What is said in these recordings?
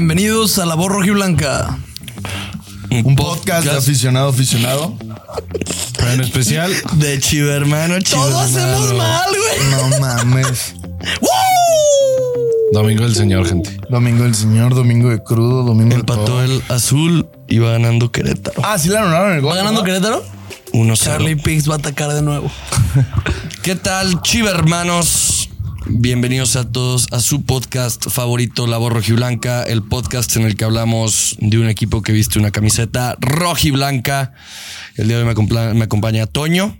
Bienvenidos a La Voz Roja y Blanca. Un podcast de aficionado, aficionado. Pero en especial, De Chivermano, Chivermano. Todo hacemos mal, güey. no mames. ¡Woo! Domingo del Señor, gente. Domingo del Señor, Domingo de Crudo, Domingo del Empató Pavo. el azul y va ganando Querétaro. Ah, sí le anularon el gol. ¿Va ganando ¿no? Querétaro? 1 Charlie Pigs va a atacar de nuevo. ¿Qué tal, chivermanos? Bienvenidos a todos a su podcast favorito, La Voz Rojiblanca, el podcast en el que hablamos de un equipo que viste una camiseta rojiblanca. El día de hoy me, acompla- me acompaña Toño,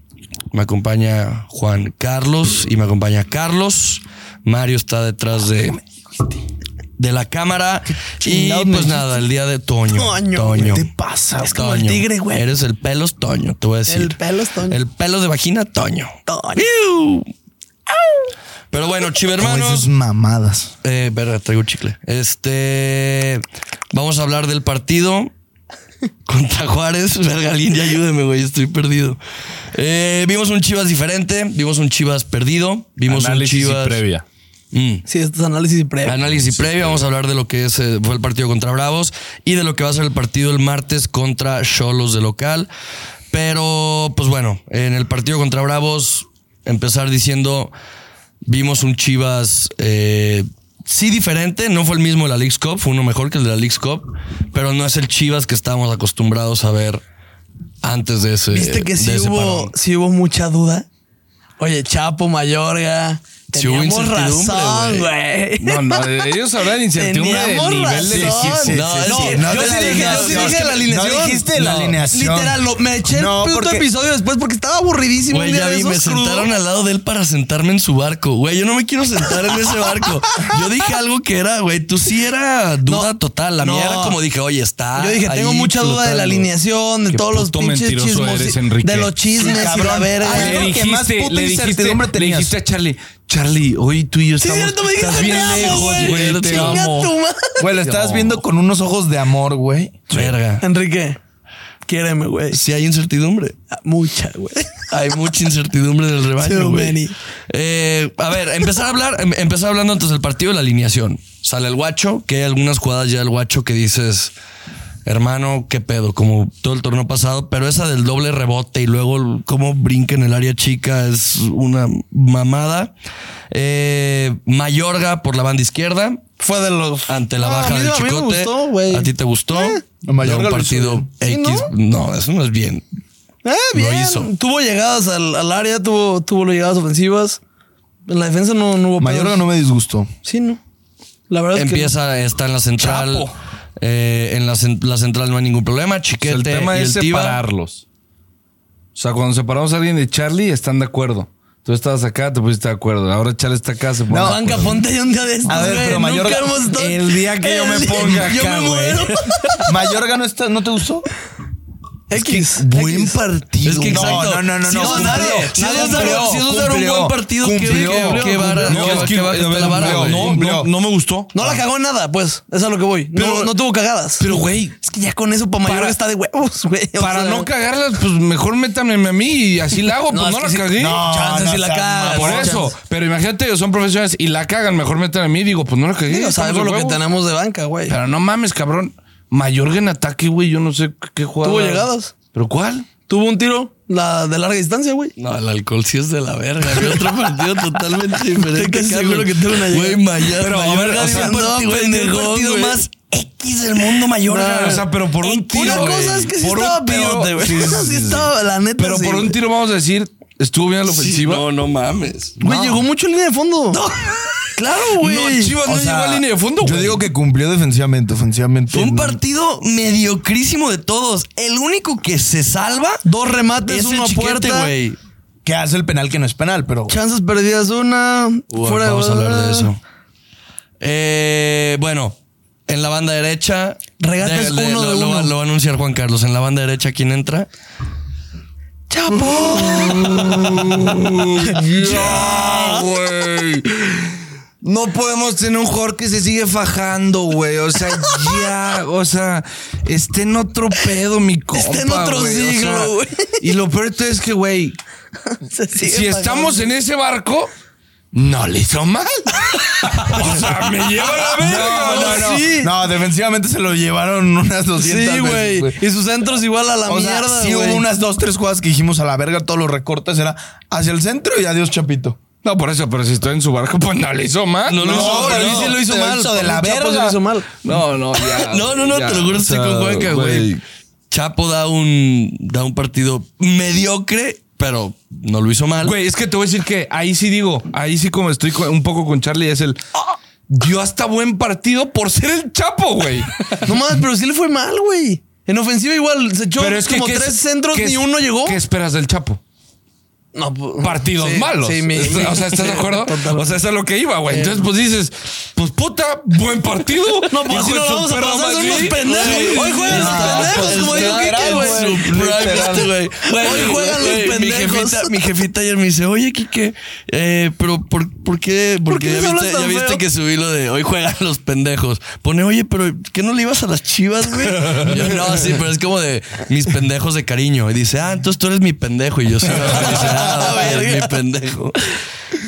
me acompaña Juan Carlos y me acompaña Carlos. Mario está detrás de, de la cámara. Y chingados me pues dijiste? nada, el día de Toño. Toño, Toño. ¿qué te pasa? Es Toño, Eres el pelos Toño, te voy a decir. El pelos Toño. El pelo de vagina Toño. Toño. ¡Iu! ¡Au! Pero bueno, Como chivermanos. esas mamadas. Eh, verga, traigo chicle. Este. Vamos a hablar del partido contra Juárez. Verga, alguien ya ayúdeme, güey. Estoy perdido. Eh, vimos un Chivas diferente. Vimos un Chivas perdido. Vimos Análisis un Chivas. y previa. Mm. Sí, estos análisis previos. Análisis previo, vamos a hablar de lo que es, eh, fue el partido contra Bravos y de lo que va a ser el partido el martes contra Cholos de local. Pero, pues bueno, en el partido contra Bravos, empezar diciendo, vimos un Chivas, eh, sí diferente, no fue el mismo de la Leagues Cup, fue uno mejor que el de la Leagues Cup, pero no es el Chivas que estábamos acostumbrados a ver antes de ese. ¿Viste que de sí ese hubo, parón. sí hubo mucha duda? Oye, Chapo, Mayorga. Sí hubo Teníamos incertidumbre, razón, güey. No, no, ellos hablan de incertidumbre del Teníamos nivel del razón. equipo. Sí, No, es que- no yo de sí dije, yo sí la alineación. dije la alineación. No dijiste la No, alineación. Literal, lo- me eché No, el puto porque- episodio después porque estaba aburridísimo. Güey, un día ya de vi, esos me crudo. sentaron al lado de él para sentarme en su barco. Güey, yo no me quiero sentar en ese barco. Yo dije algo que era, güey, tú sí era duda No, total. La mía no. era como dije, oye, está. Yo dije, tengo ahí mucha duda de la flotando. alineación, de Qué todos los puto pinches mentiroso chismos. eres, Enrique. de los chismes Sí, y la cabrón. verga. Ay, Le Algo que más dijiste, puta le dijiste, incertidumbre le tenías. dijiste a Charlie, Charlie, hoy tú y yo estamos. cierto, me estás dijiste, bien te amo, lejos, güey. güey. Te Chinga amo. tu madre. Güey, la estabas No. viendo con unos ojos de amor, güey. Verga. Enrique, quiéreme, güey. Sí hay incertidumbre. Mucha, güey. Hay mucha incertidumbre del rebaño, Too güey. many. Eh, a ver, empezar a hablar, em- empezar hablando antes del partido de la alineación. Sale el guacho, que hay algunas jugadas ya del guacho que dices, hermano, qué pedo, como todo el torneo pasado, pero esa del doble rebote y luego el- cómo brinca en el área chica es una mamada. Eh, Mayorga por la banda izquierda. Fue de los Ante la Ah, baja a mí del no, a mí me chicote. gustó, güey. ¿A ti te gustó? De Mayorga un lo partido hizo bien. X. ¿Sí, no, eso no es bien. Ah, Eh, Lo bien. hizo. Tuvo llegadas al, al área, tuvo, tuvo llegadas ofensivas. En la defensa no, no hubo Mayorga pedos. no me disgustó. Sí, no. La verdad es Empieza, está en la central. Chapo. Eh, en la, cen- la central no hay ningún problema. Chiquete el tema y es el Tiva. separarlos. O sea, cuando separamos a alguien de Charlie, están de acuerdo. Tú estabas acá, te pusiste de acuerdo. Ahora Charlie está acá, se que. pone. de No, acuerdo. banca, ponte ya un día de estos. A ver, güey. pero Nunca Mayorga, hemos estado- el día que yo me El- ponga yo acá, me güey. muero. Mayorga no, está, no te gustó. X. Buen X. partido. Es que exacto. No, no, no, Si no. eso es cumplió, dar- si eso es dar- cumplió, si eso es dar un cumplió, buen partido, ¿qué- cumplió, qué- qué vara- cumplió. qué- No, es qué que- baja a está ver, la vara, no, güey? no, no, no me gustó. No la cagó en nada, pues. Es a lo que voy. No- Ah. Pero- no, tuvo cagadas. Pero, güey, Es que ya con eso, para Mayorga Para- está de huevos, güey. O para sea, no cagarlas, pues mejor métame a mí y así la hago. No, pues es no que la sí- cagué. Ah, no, Chance no si la seas cagas. Por no, eso. chance. Pero imagínate, ellos son profesionales y la cagan, mejor métame a mí. Digo, pues no la cagué. Digo, estamos sabemos de lo que huevo. tenemos de banca, güey. Pero no mames, cabrón. Mayorga en ataque, güey. Yo no sé qué jugada. Tuvo llegadas. ¿Pero cuál? Tuvo un tiro la de larga distancia, güey. No, el alcohol sí es de la verga. Había otro partido totalmente diferente. Estoy casi Carlos. seguro que tuvo una llegada. Güey, Mayor- Pero, a ver, Mayorga o dio sea, un partido, andaba güey, dio un pendejón, partido güey. más X del mundo, Eh, Mayorga. No, o sea, pero por un X, tiro, Una güey. cosa es que sí Por un estaba tiro, pedote, güey. sí, sí, Sí sí, sí. estaba, la neta. Pero sí, por un güey. tiro, vamos a decir, estuvo bien la Sí, ofensiva. No, no mames. Güey, llegó mucho en línea de fondo. Claro, No, güey. Chivas O no sea, llegó a línea de fondo, Yo güey. digo que cumplió defensivamente, ofensivamente. Fue un no. partido mediocrísimo de todos. El único que se salva Dos remates, es uno una a puerta, puerta. güey. Que hace el penal que no es penal, pero. Chances perdidas, una. fuera de vamos a hablar de bola. eso. Eh, bueno, en la banda derecha. Regates uno lo, de lo va- uno. lo va a anunciar Juan Carlos. En la banda derecha, ¿quién entra? Ya, güey. No podemos tener un jugador que se sigue fajando, güey. O sea, ya, o sea, está en otro pedo, mi compa. Está en otro güey. O sea, siglo, güey. y lo peor de todo es que, güey, Se sigue si pagando. estamos en ese barco, no le hizo mal. O sea, me lleva la verga. No, güey. no, no. sí. No, defensivamente se lo llevaron unas 200 Sí, veces, güey. Y sus centros igual a la O sea, mierda, sí güey. hubo unas dos, tres jugadas que dijimos a la verga, todos los recortes era hacia el centro y adiós, Chapito. No, por eso, pero si estoy en su barco, pues no le hizo mal. No lo hizo, pero no. sí lo hizo Te mal. hizo de la Chapo se pues, verga. lo hizo mal. No, no, ya. No, no, no, ya, te lo juro, estoy o sea, con Cuenca, güey. Chapo da un, da un partido mediocre, pero no lo hizo mal. Güey, es que te voy a decir que ahí sí digo, ahí sí como estoy co- un poco con Charlie, es el... Dio hasta buen partido por ser el Chapo, güey. No mames, pero sí le fue mal, güey. En ofensiva igual se echó Pero es que... como ¿qué es- tres centros qué es- ni uno llegó. ¿Qué esperas del Chapo? No, pu- partidos sí, malos. Sí, mi- Est- mi- o sea, ¿estás de acuerdo? Totalmente. O sea, eso es lo que iba, güey. Entonces, pues dices, pues puta, buen partido. No, pues así Hijo de no lo vamos a su perra pasar, son madre. unos pendejos. Hoy juegan los No, pendejos, pues, como dijo Kike, literal, güey. güey. Su prime, Literal. este, güey. Güey, Hoy juegan los Mi pendejos. jefita, mi jefita ayer me dice, oye, Kike, eh, pero por, por qué? Porque qué ya, les hablas viste, tan ya viste feo? que subí lo de hoy juegan los pendejos. Pone, oye, pero ¿qué no le ibas a las chivas, güey? Y Yo, no, sí, pero es como de mis pendejos de cariño. Y dice, ah, entonces tú eres mi pendejo. Y yo, sí, no, no, dice, ah, güey, eres mi pendejo.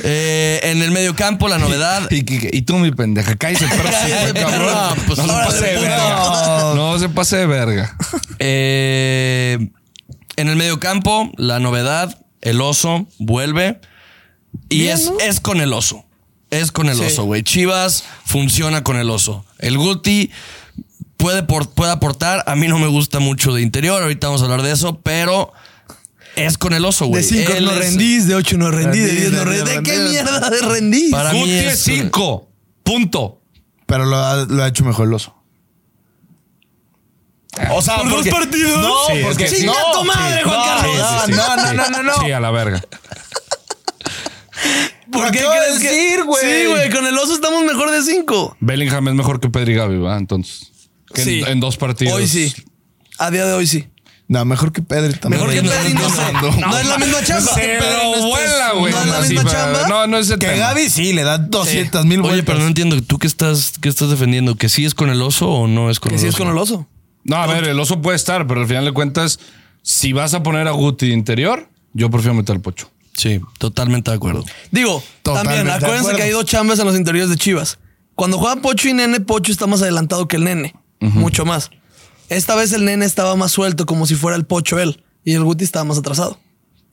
Eh, en el mediocampo, la Ah. novedad. Y, que- y tú, mi pendeja, cállese, perro, Cállate, cabrón. perro. Pues, no se órale, pase de puto. verga. No se pase de verga. Eh, en el mediocampo, la novedad, el oso vuelve. Y es, es con el oso. Es con el oso, güey. Chivas funciona con el oso. El Guti puede, por- puede aportar. A mí no me gusta mucho de interior. Ahorita vamos a hablar de eso, pero es con el oso, güey. De 5 Él no es- rendís, de 8 no rendí, de Rendí, 10 no rendí, rendí. ¿De qué rendí. mierda de rendí? Para mí Guti es- es 5. Punto. Pero lo ha, lo ha hecho mejor el oso. O sea, Ah. ¿Por dos partidos? No, Sí, es porque que sí. Chinga tu madre, Juan Carlos. No, no, no, no, no. Sí, a la verga. Lo ¿Por qué acabo de crees decir, que...? güey. Sí, güey, con el oso estamos mejor de 5. Bellingham es mejor que Pedri Gavi, ¿verdad? Entonces. que en- Sí. en, dos partidos. Hoy sí. A día de hoy sí. No, mejor que Pedri también. Mejor que no, Pedri, no no, sé. no, No es la misma chamba. Se Pedri lo no es- vuela, güey. No es la Así, misma pero- chamba. No, no es el Que tema. Gaby sí le da 200 mil Oye, pero no entiendo. ¿Tú qué estás, qué estás defendiendo? ¿Que sí es con el oso o no es con Que el sí es oso? con el oso. No, a ver, el oso puede estar, pero al final de cuentas, si vas a poner a Guti de interior, yo prefiero meter al pocho. Sí, totalmente de acuerdo. Digo, Totalmente también, de acuérdense acuerdo. que hay dos chambas en los interiores de Chivas. Cuando juegan Pocho y Nene, Pocho está más adelantado que el Nene. Mucho más. Esta vez el Nene estaba más suelto, como si fuera el Pocho él. Y el Guti estaba más atrasado.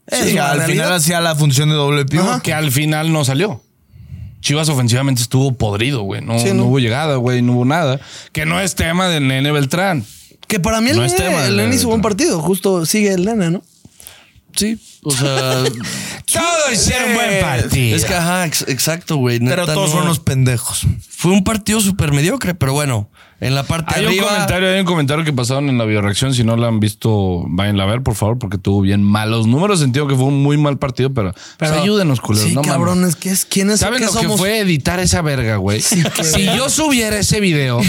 Es Sí, una al realidad. final hacía la función de doble pivo. Que al final no salió. Chivas ofensivamente estuvo podrido, güey. No, Sí, ¿no? no hubo llegada, güey, no hubo nada. Que no es tema del nene Beltrán. Que para mí el No es Nene, tema, el la nene hizo neta. buen partido. Justo sigue el Nene, ¿no? Sí, o sea... Todo hicieron buen partido. es que, ajá, ex- exacto, güey. Pero Neta, todos no- fueron unos pendejos. Fue un partido súper mediocre, pero bueno, en la parte Hay de un arriba. comentario, hay un comentario que pasaron en la bioreacción. Si no la han visto, vayan a ver, por favor, porque tuvo bien malos números. Entiendo que fue un muy mal partido, pero, pues, ayúdenos, culeros. Sí, no mames. cabrones, ¿qué es? ¿quiénes ¿Saben qué lo que somos? fue editar esa verga, güey? si yo subiera ese video,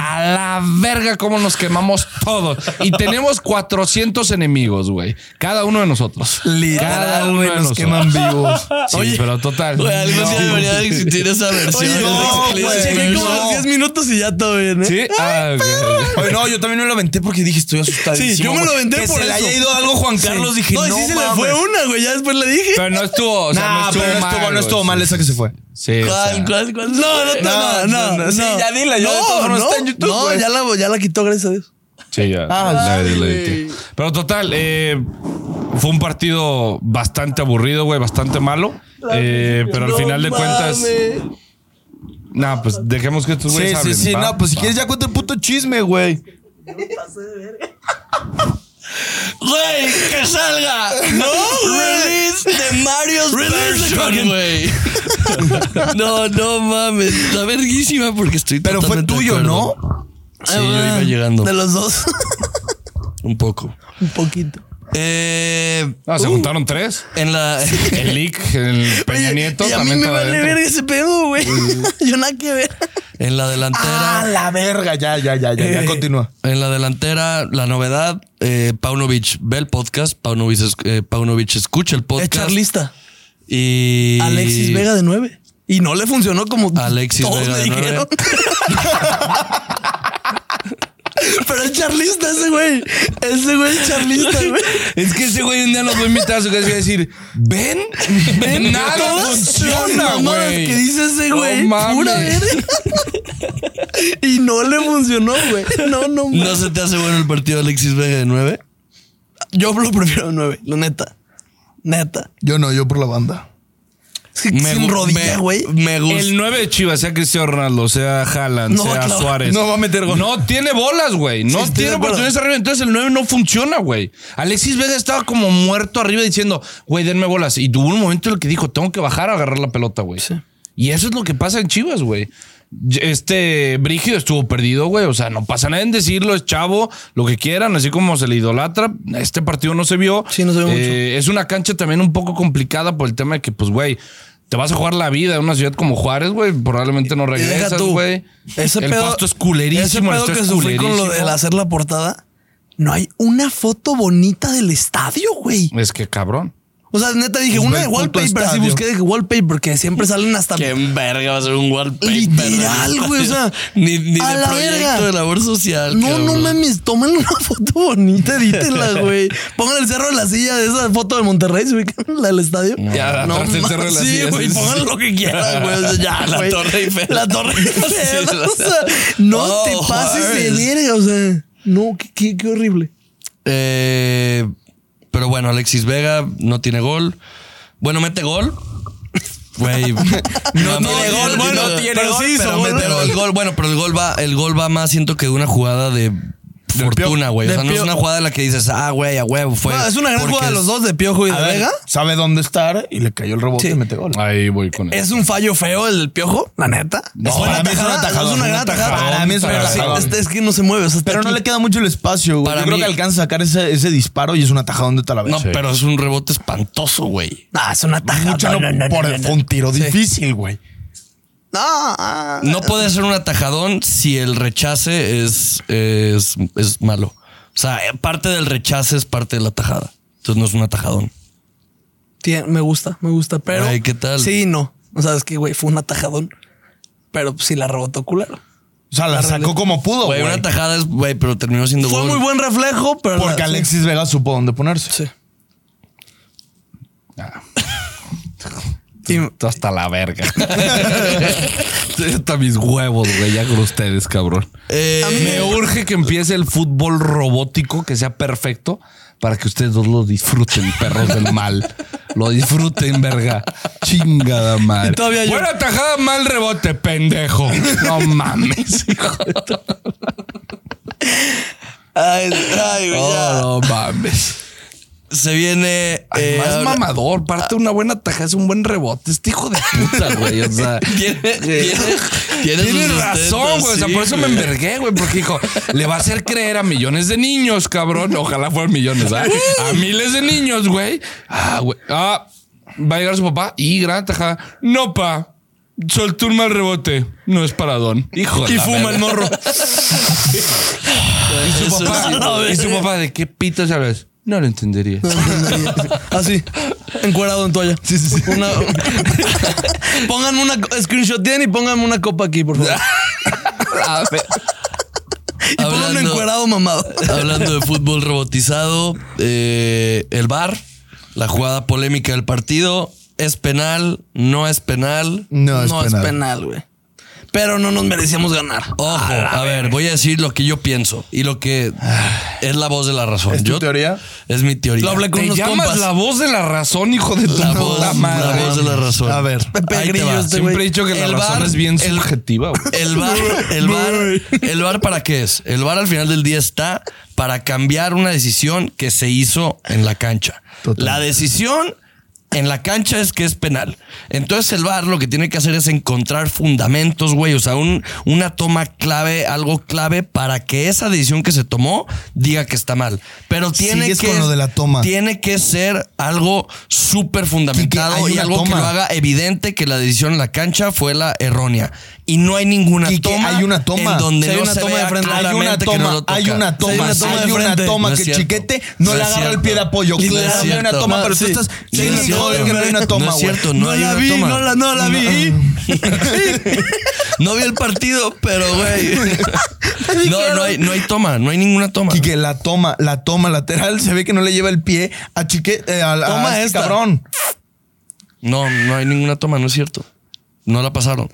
a la verga cómo nos quemamos todos. Y tenemos 400 enemigos, güey. Cada uno de nosotros. Cada uno de nos nosotros. queman vivos. Sí, pero total. Güey, algún día debería de existir esa versión. Oye, del no, Exclibur, güey, güey. chequé como los 10 minutos y ya todo bien, ¿eh? Sí, ah, ok. Oye, no, yo también me lo aventé porque dije, estoy asustadísimo. Sí, yo me lo güey. aventé que por se le eso. haya ido algo a Juan Carlos, dije, no, no, y sí se le fue mames". una, güey. Ya después le dije. Pero no estuvo, o sea, no Nah, estuvo Ah, pero no mal. estuvo, no güey, estuvo mal sí. esa que se fue. Sí, o sea. ¿Cuál, cuál, cuál? No, no, no, no, No, no, no, no. Sí, ya dila, ya de todas formas está en YouTube, No, güey. ya la, ya la quitó, gracias a Dios. Sí, ya. la- la edité. Pero total, eh, fue un partido bastante aburrido, güey, bastante malo. Eh, pero al final de cuentas. Nah, pues dejemos que estos güeyes Sí, sí, hablen, sí. ¿va? No, pues si Va. quieres ya cuenta el puto chisme, güey. Güey, que salga. No, release de Mario's version, güey. No, no mames. Está verguísima porque estoy Pero fue totalmente de tuyo, acuerdo. Sí, yo iba llegando. Ah, De los dos. Un poco. Un poquito. Eh, Ah, se juntaron tres. en la. El Lick, el Peña Nieto. y a mí también me estaba vale adentro. verga ese pedo, güey. Yo nada que ver. En la delantera. Ah, la verga. Ya, ya, ya, ya, ya. Continúa. En la delantera, la novedad, eh, Paunovic ve el podcast, Paunovic, es- eh, Paunovic escucha el podcast. Echar lista. Y. Alexis Vega de nueve. Y no le funcionó como Alexis todos Vega me de nueve. dijeron. Pero el charlista ese güey. Ese güey es charlista, güey. Es que ese güey un día nos va a invitar a su casa y va a decir: Ven De nada Todas funciona, las mamadas güey. que dice ese No güey. mames. pura verga. y no le funcionó, güey. No, no, ¿No mames. se te hace bueno el partido de Alexis Vega de 9? Yo lo prefiero de nueve, lo neta. Neta. Yo no, yo por la banda. Es que Me sin gu- rodilla, me- güey. Me gusta. El 9 de Chivas, sea Cristiano Ronaldo, sea Haaland, No, sea claro. Suárez. No va a meter gol. No tiene bolas, güey. Sí, No estoy de tiene acuerdo. oportunidades arriba. Entonces el 9 no funciona, güey. Alexis Vega estaba como muerto arriba diciendo, güey, denme bolas. Y tuvo un momento en el que dijo, tengo que bajar a agarrar la pelota, güey. Y eso es lo que pasa en Chivas, güey. Este Brígido estuvo perdido, güey. O sea, no pasa nada en decirlo, es chavo, lo que quieran, así como se le idolatra. Este partido no se vio. Sí, no se vio mucho. Eh, es una cancha también un poco complicada por el tema de que, pues, güey, te vas a jugar la vida en una ciudad como Juárez, güey. Probablemente no Y regresas, tú, güey. Ese el pedo, pasto es culerísimo. Ese el pedo estadio que es sufrí con lo culerísimo. del hacer la portada. No hay una foto bonita del estadio, güey. Es que cabrón. O sea, neta dije, Pues una ve de el puto wallpaper. Así estadio. busqué de que wallpaper, que siempre salen hasta. Que en verga va a ser un wallpaper. Literal, güey, o sea, ni, ni a de la proyecto verga. de labor social. No, no cabrón. mames, tomen una foto bonita, edítenla, güey. Pongan el cerro de la silla de esa foto de Monterrey, se ubican la del estadio. Ya, Ah, aparte el cerro de la sí, silla, güey, sí, sí. pongan lo que quieran, güey. O sea, ya, La güey. Torre Eiffel. La Torre Eiffel. Sí, la- o sea, no Oh, te pases de Juárez. verga, o sea, no, qué, qué, qué horrible. Eh, pero bueno, Alexis Vega no tiene gol. Bueno, mete gol. Güey. no tiene gol, bueno, tiene pero gol, sí hizo pero gol, mete pero gol. el gol, bueno, pero el gol va, el gol va más, siento que de una jugada de fortuna, güey. O Del sea, no es Pío. una jugada en la que dices, ah, güey, a huevo, fue. Ah, es una gran Porque jugada de los es- dos, de Piojo y de Pues, A ver, Vega. Sabe dónde estar y le cayó el rebote Sí. y mete gol. Ahí voy con él. Es un fallo feo el Piojo, la neta. es para mí es una tajadón, Es una gran una tajada. tajadón, Para mí es una Pero sí, tajadón. este es que no se mueve, o sea, está Pero no aquí. le queda mucho el espacio, güey. Para Yo creo mí- que alcanza a sacar ese, ese disparo y es un atajadón de Talavera. No, pero es un rebote espantoso, güey. Ah, es una tajada. Mucho no, no, no, no, por- no, no. fue un tiro Sí. difícil, güey. No, ah, No puede ser un atajadón si el rechace es, es, es malo. O sea, eh, parte del rechace es parte de la tajada. Entonces no es un atajadón. tie- me gusta, me gusta, pero. Ay, ¿qué tal? Sí, no. O sea, es que, güey, fue un atajadón. Pero pues, sí la rebotó culero. O sea, la sacó como pudo, Güey, güey. una tajada es, güey, pero terminó siendo Fue gol. muy buen reflejo, pero. Porque la- Alexis Vega supo dónde ponerse. Sí. Tú hasta la verga. Estoy hasta mis huevos, güey, ya con ustedes, cabrón. Eh, A mí me urge que empiece el fútbol robótico, que sea perfecto, para que ustedes dos lo disfruten, perros del mal. Lo disfruten, verga. Chingada madre. Y todavía yo- Buena tajada, mal rebote, pendejo. No mames, hijo. Ay, ay, güey. ya. No, no mames. Oh, Se viene. Ay, eh, más ahora- mamador, parte una buena tajada es un buen rebote. Este hijo de puta, güey. O sea, Tiene, tiene- tiene Tienes sus razón, sustentos, güey. O sea, sí, por eso me güey. envergué, güey. Porque dijo, le va a hacer creer a millones de niños, cabrón. Ojalá fueran millones, ¿ah? A miles de niños, güey. Ah, güey. Ah, va a llegar su papá y gran tajada. No, pa. Soltó un mal rebote. No es paradón. Hijo de Y la fuma el verga. morro. Y su Eso papá, sí, güey. y su papá, ¿de qué pito sabes? No lo entendería. Así, encuerado en toalla. Sí, sí, sí. Pónganme una screenshoteen y pónganme una copa aquí, por favor. A ver. Y pónganme Hablando- encuerado mamado. Hablando de fútbol robotizado, eh, el bar, la jugada polémica del partido, ¿es penal? ¿No es penal? No, es no penal. es penal, güey. Pero no nos merecíamos ganar. Oh, Ojo, a ver, voy a decir lo que yo pienso y lo que es la voz de la razón. ¿Es tu Yo- teoría? Es mi teoría. Lo hablé con Te unos llamas compas. la voz de la razón, hijo de tu La puta voz, madre. la voz de la razón. A ver. Pepe Ahí te Grillo, va. este Siempre he güey. dicho que El la razón bar- es bien el- subjetiva, güey. El bar, el bar, el bar para qué es? El bar al final del día está para cambiar una decisión que se hizo en la cancha. Total. La decisión en la cancha es que es penal. Entonces el bar lo que tiene que hacer es encontrar fundamentos, güey, o sea, un, una toma clave, algo clave para que esa decisión que se tomó diga que está mal. Pero tiene Sigues que con lo de la toma. tiene que ser algo súper fundamentado Quique, hay y una algo que toma. lo haga evidente que la decisión en la cancha fue la errónea. Y no hay ninguna Quique, toma. hay una toma. En donde Sí, hay no una se toma vea de frente. Hay claramente una que toma, no lo toca. hay una toma, Sí, hay hay una una toma de frente. toma, No es que cierto. Chiquete no, No le es agarra el cierto. pie de apoyo. No es Claro, hay una cierto. toma, pero Sí. tú estás No sí, es no, cierto. es que no hay una toma, No es güey. cierto, no, No hay la una vi, toma. no la, no la vi. No vi el partido, pero güey. No, no hay, no hay toma, no hay ninguna toma. Quique, la toma, la toma lateral, se ve que no le lleva el pie a Chiquete, eh, al- a, Toma este esta. cabrón. No, no hay ninguna toma, no es cierto. No la pasaron.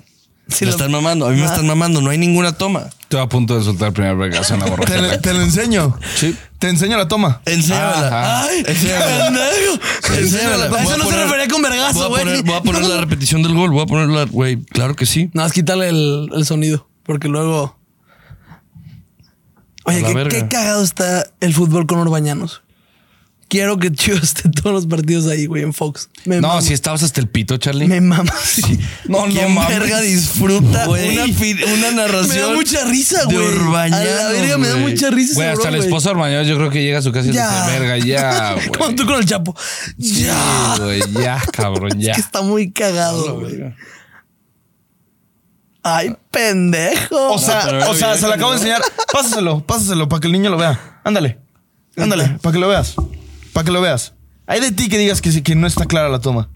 Sí la- me están mamando, a mí me Ah. están mamando, no hay ninguna toma. Estoy a punto de soltar el primer vergazo en la Te, borracha. le- te lo enseño. Sí. Te enseño la toma. Enséñamela. Ajá. Ay, enséñamela. Enséñamela. A Voy eso a no se poner- refería con vergazo, Voy a güey. poner, voy a poner la repetición del gol, voy a ponerla, güey, claro que sí. Nada más quítale el, el sonido, porque luego. A Oye, la qué, verga. qué cagado está el fútbol con Orbañanos. Quiero que Chivas esté todos los partidos ahí, güey, en Fox. Me No, mama. si estabas hasta el pito, Charlie. Me mama. sí. No, no ¿Quién mames. verga disfruta, Güey. Una, fi- una narración. Me da mucha risa, güey. De Orbañanos, A la verga, me da mucha risa. Güey, ese hasta el bro, güey. esposo hermano, yo creo que llega a su casa y le Ya. dice, verga, ya, güey. Como tú con el Chapo. Sí, ya. güey, ya, cabrón, ya. Que está muy cagado, güey. Ay, pendejo. O sea, o sea, se la acabo de enseñar. Pásaselo, pásaselo para que el niño lo vea. Ándale, ándale, para que lo veas. Para que lo veas. Hay de ti que digas que, sí- que no está clara la toma.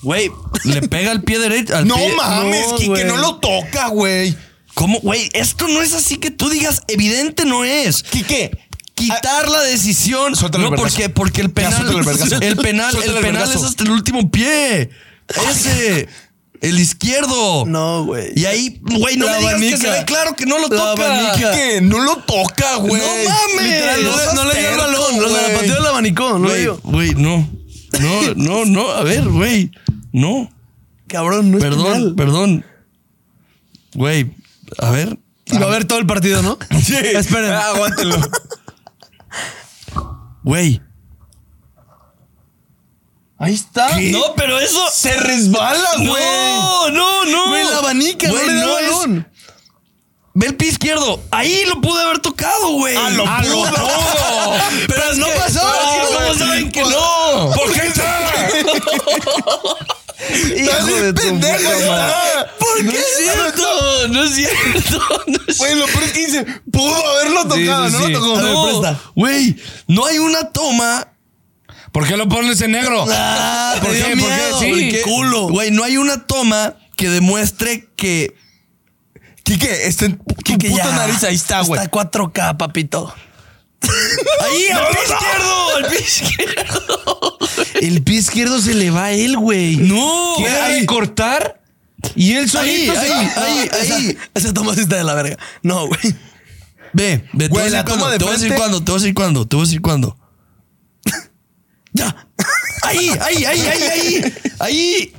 Güey, le pega al pie derecho. al No pie- mames, Kike, güey. no lo toca, güey. ¿Cómo? Güey, esto no es así que tú digas, evidente no es. Kike, Quitar la decisión. Suéltale no, el vergazo. porque, porque el penal. suéltale el vergazo. El penal, el Suéltale el penal es vergazo. hasta el último pie. Ese. El izquierdo. No, güey. Y ahí, güey, no La me digas abanica. que se ve claro que no lo La toca. abanica. Kike, no lo toca, güey. No mames. Literal, No, seas le- no le dio el terco, balón. Lo güey. la pateó el abanicó, no le Güey, dio. güey, no. No, no, no. A ver, güey. No. Cabrón, no es Perdón, penal. perdón. Güey, a ver. Y va a ver todo el partido, ¿no? Sí. Esperen. Ah, aguántelo. Güey. Ahí está. No, pero eso. Se resbala, güey. No, no, no. Güey, la abanica, Ah, Güey, no le dio no el es- balón. Ve el pie izquierdo. Ahí lo pude haber tocado, güey. Ah, lo pudo. Pero, no pasó. Ah, ¿Cómo güey. saben que no? ¿Por qué está? Estás Hijo de bien tu pendejo, puta madre. está. ¿Por qué es cierto? No es cierto. No es Güey, lo peor es que dice, pudo haberlo tocado, sí, no sí. lo tocó. No, Güey, no hay una toma. ¿Por qué lo pones en negro? Ah, ¿Por te qué? dio ¿Por qué? miedo, Sí. güey, qué culo. Güey, no hay una toma que demuestre que. Quique, está en tu Quique, puta ya. nariz, ahí está, güey. Está 4K, papito. ¡Ahí! ¡Al pie izquierdo! ¡Al pie izquierdo! El pie izquierdo se le va a él, güey. ¡No! ¿Quiere güey. ahí cortar? Y él solito se- ahí, ahí, ahí. Esa, esa toma sí está de la verga. No, güey. Ve, ve, te voy Güey, a decir la toma cuándo, de te voy a decir frente. cuándo, te voy a decir cuándo, te voy a decir cuándo. Ya. ¡Ahí! ¡Ahí, ahí, ahí, ahí! ¡Ahí!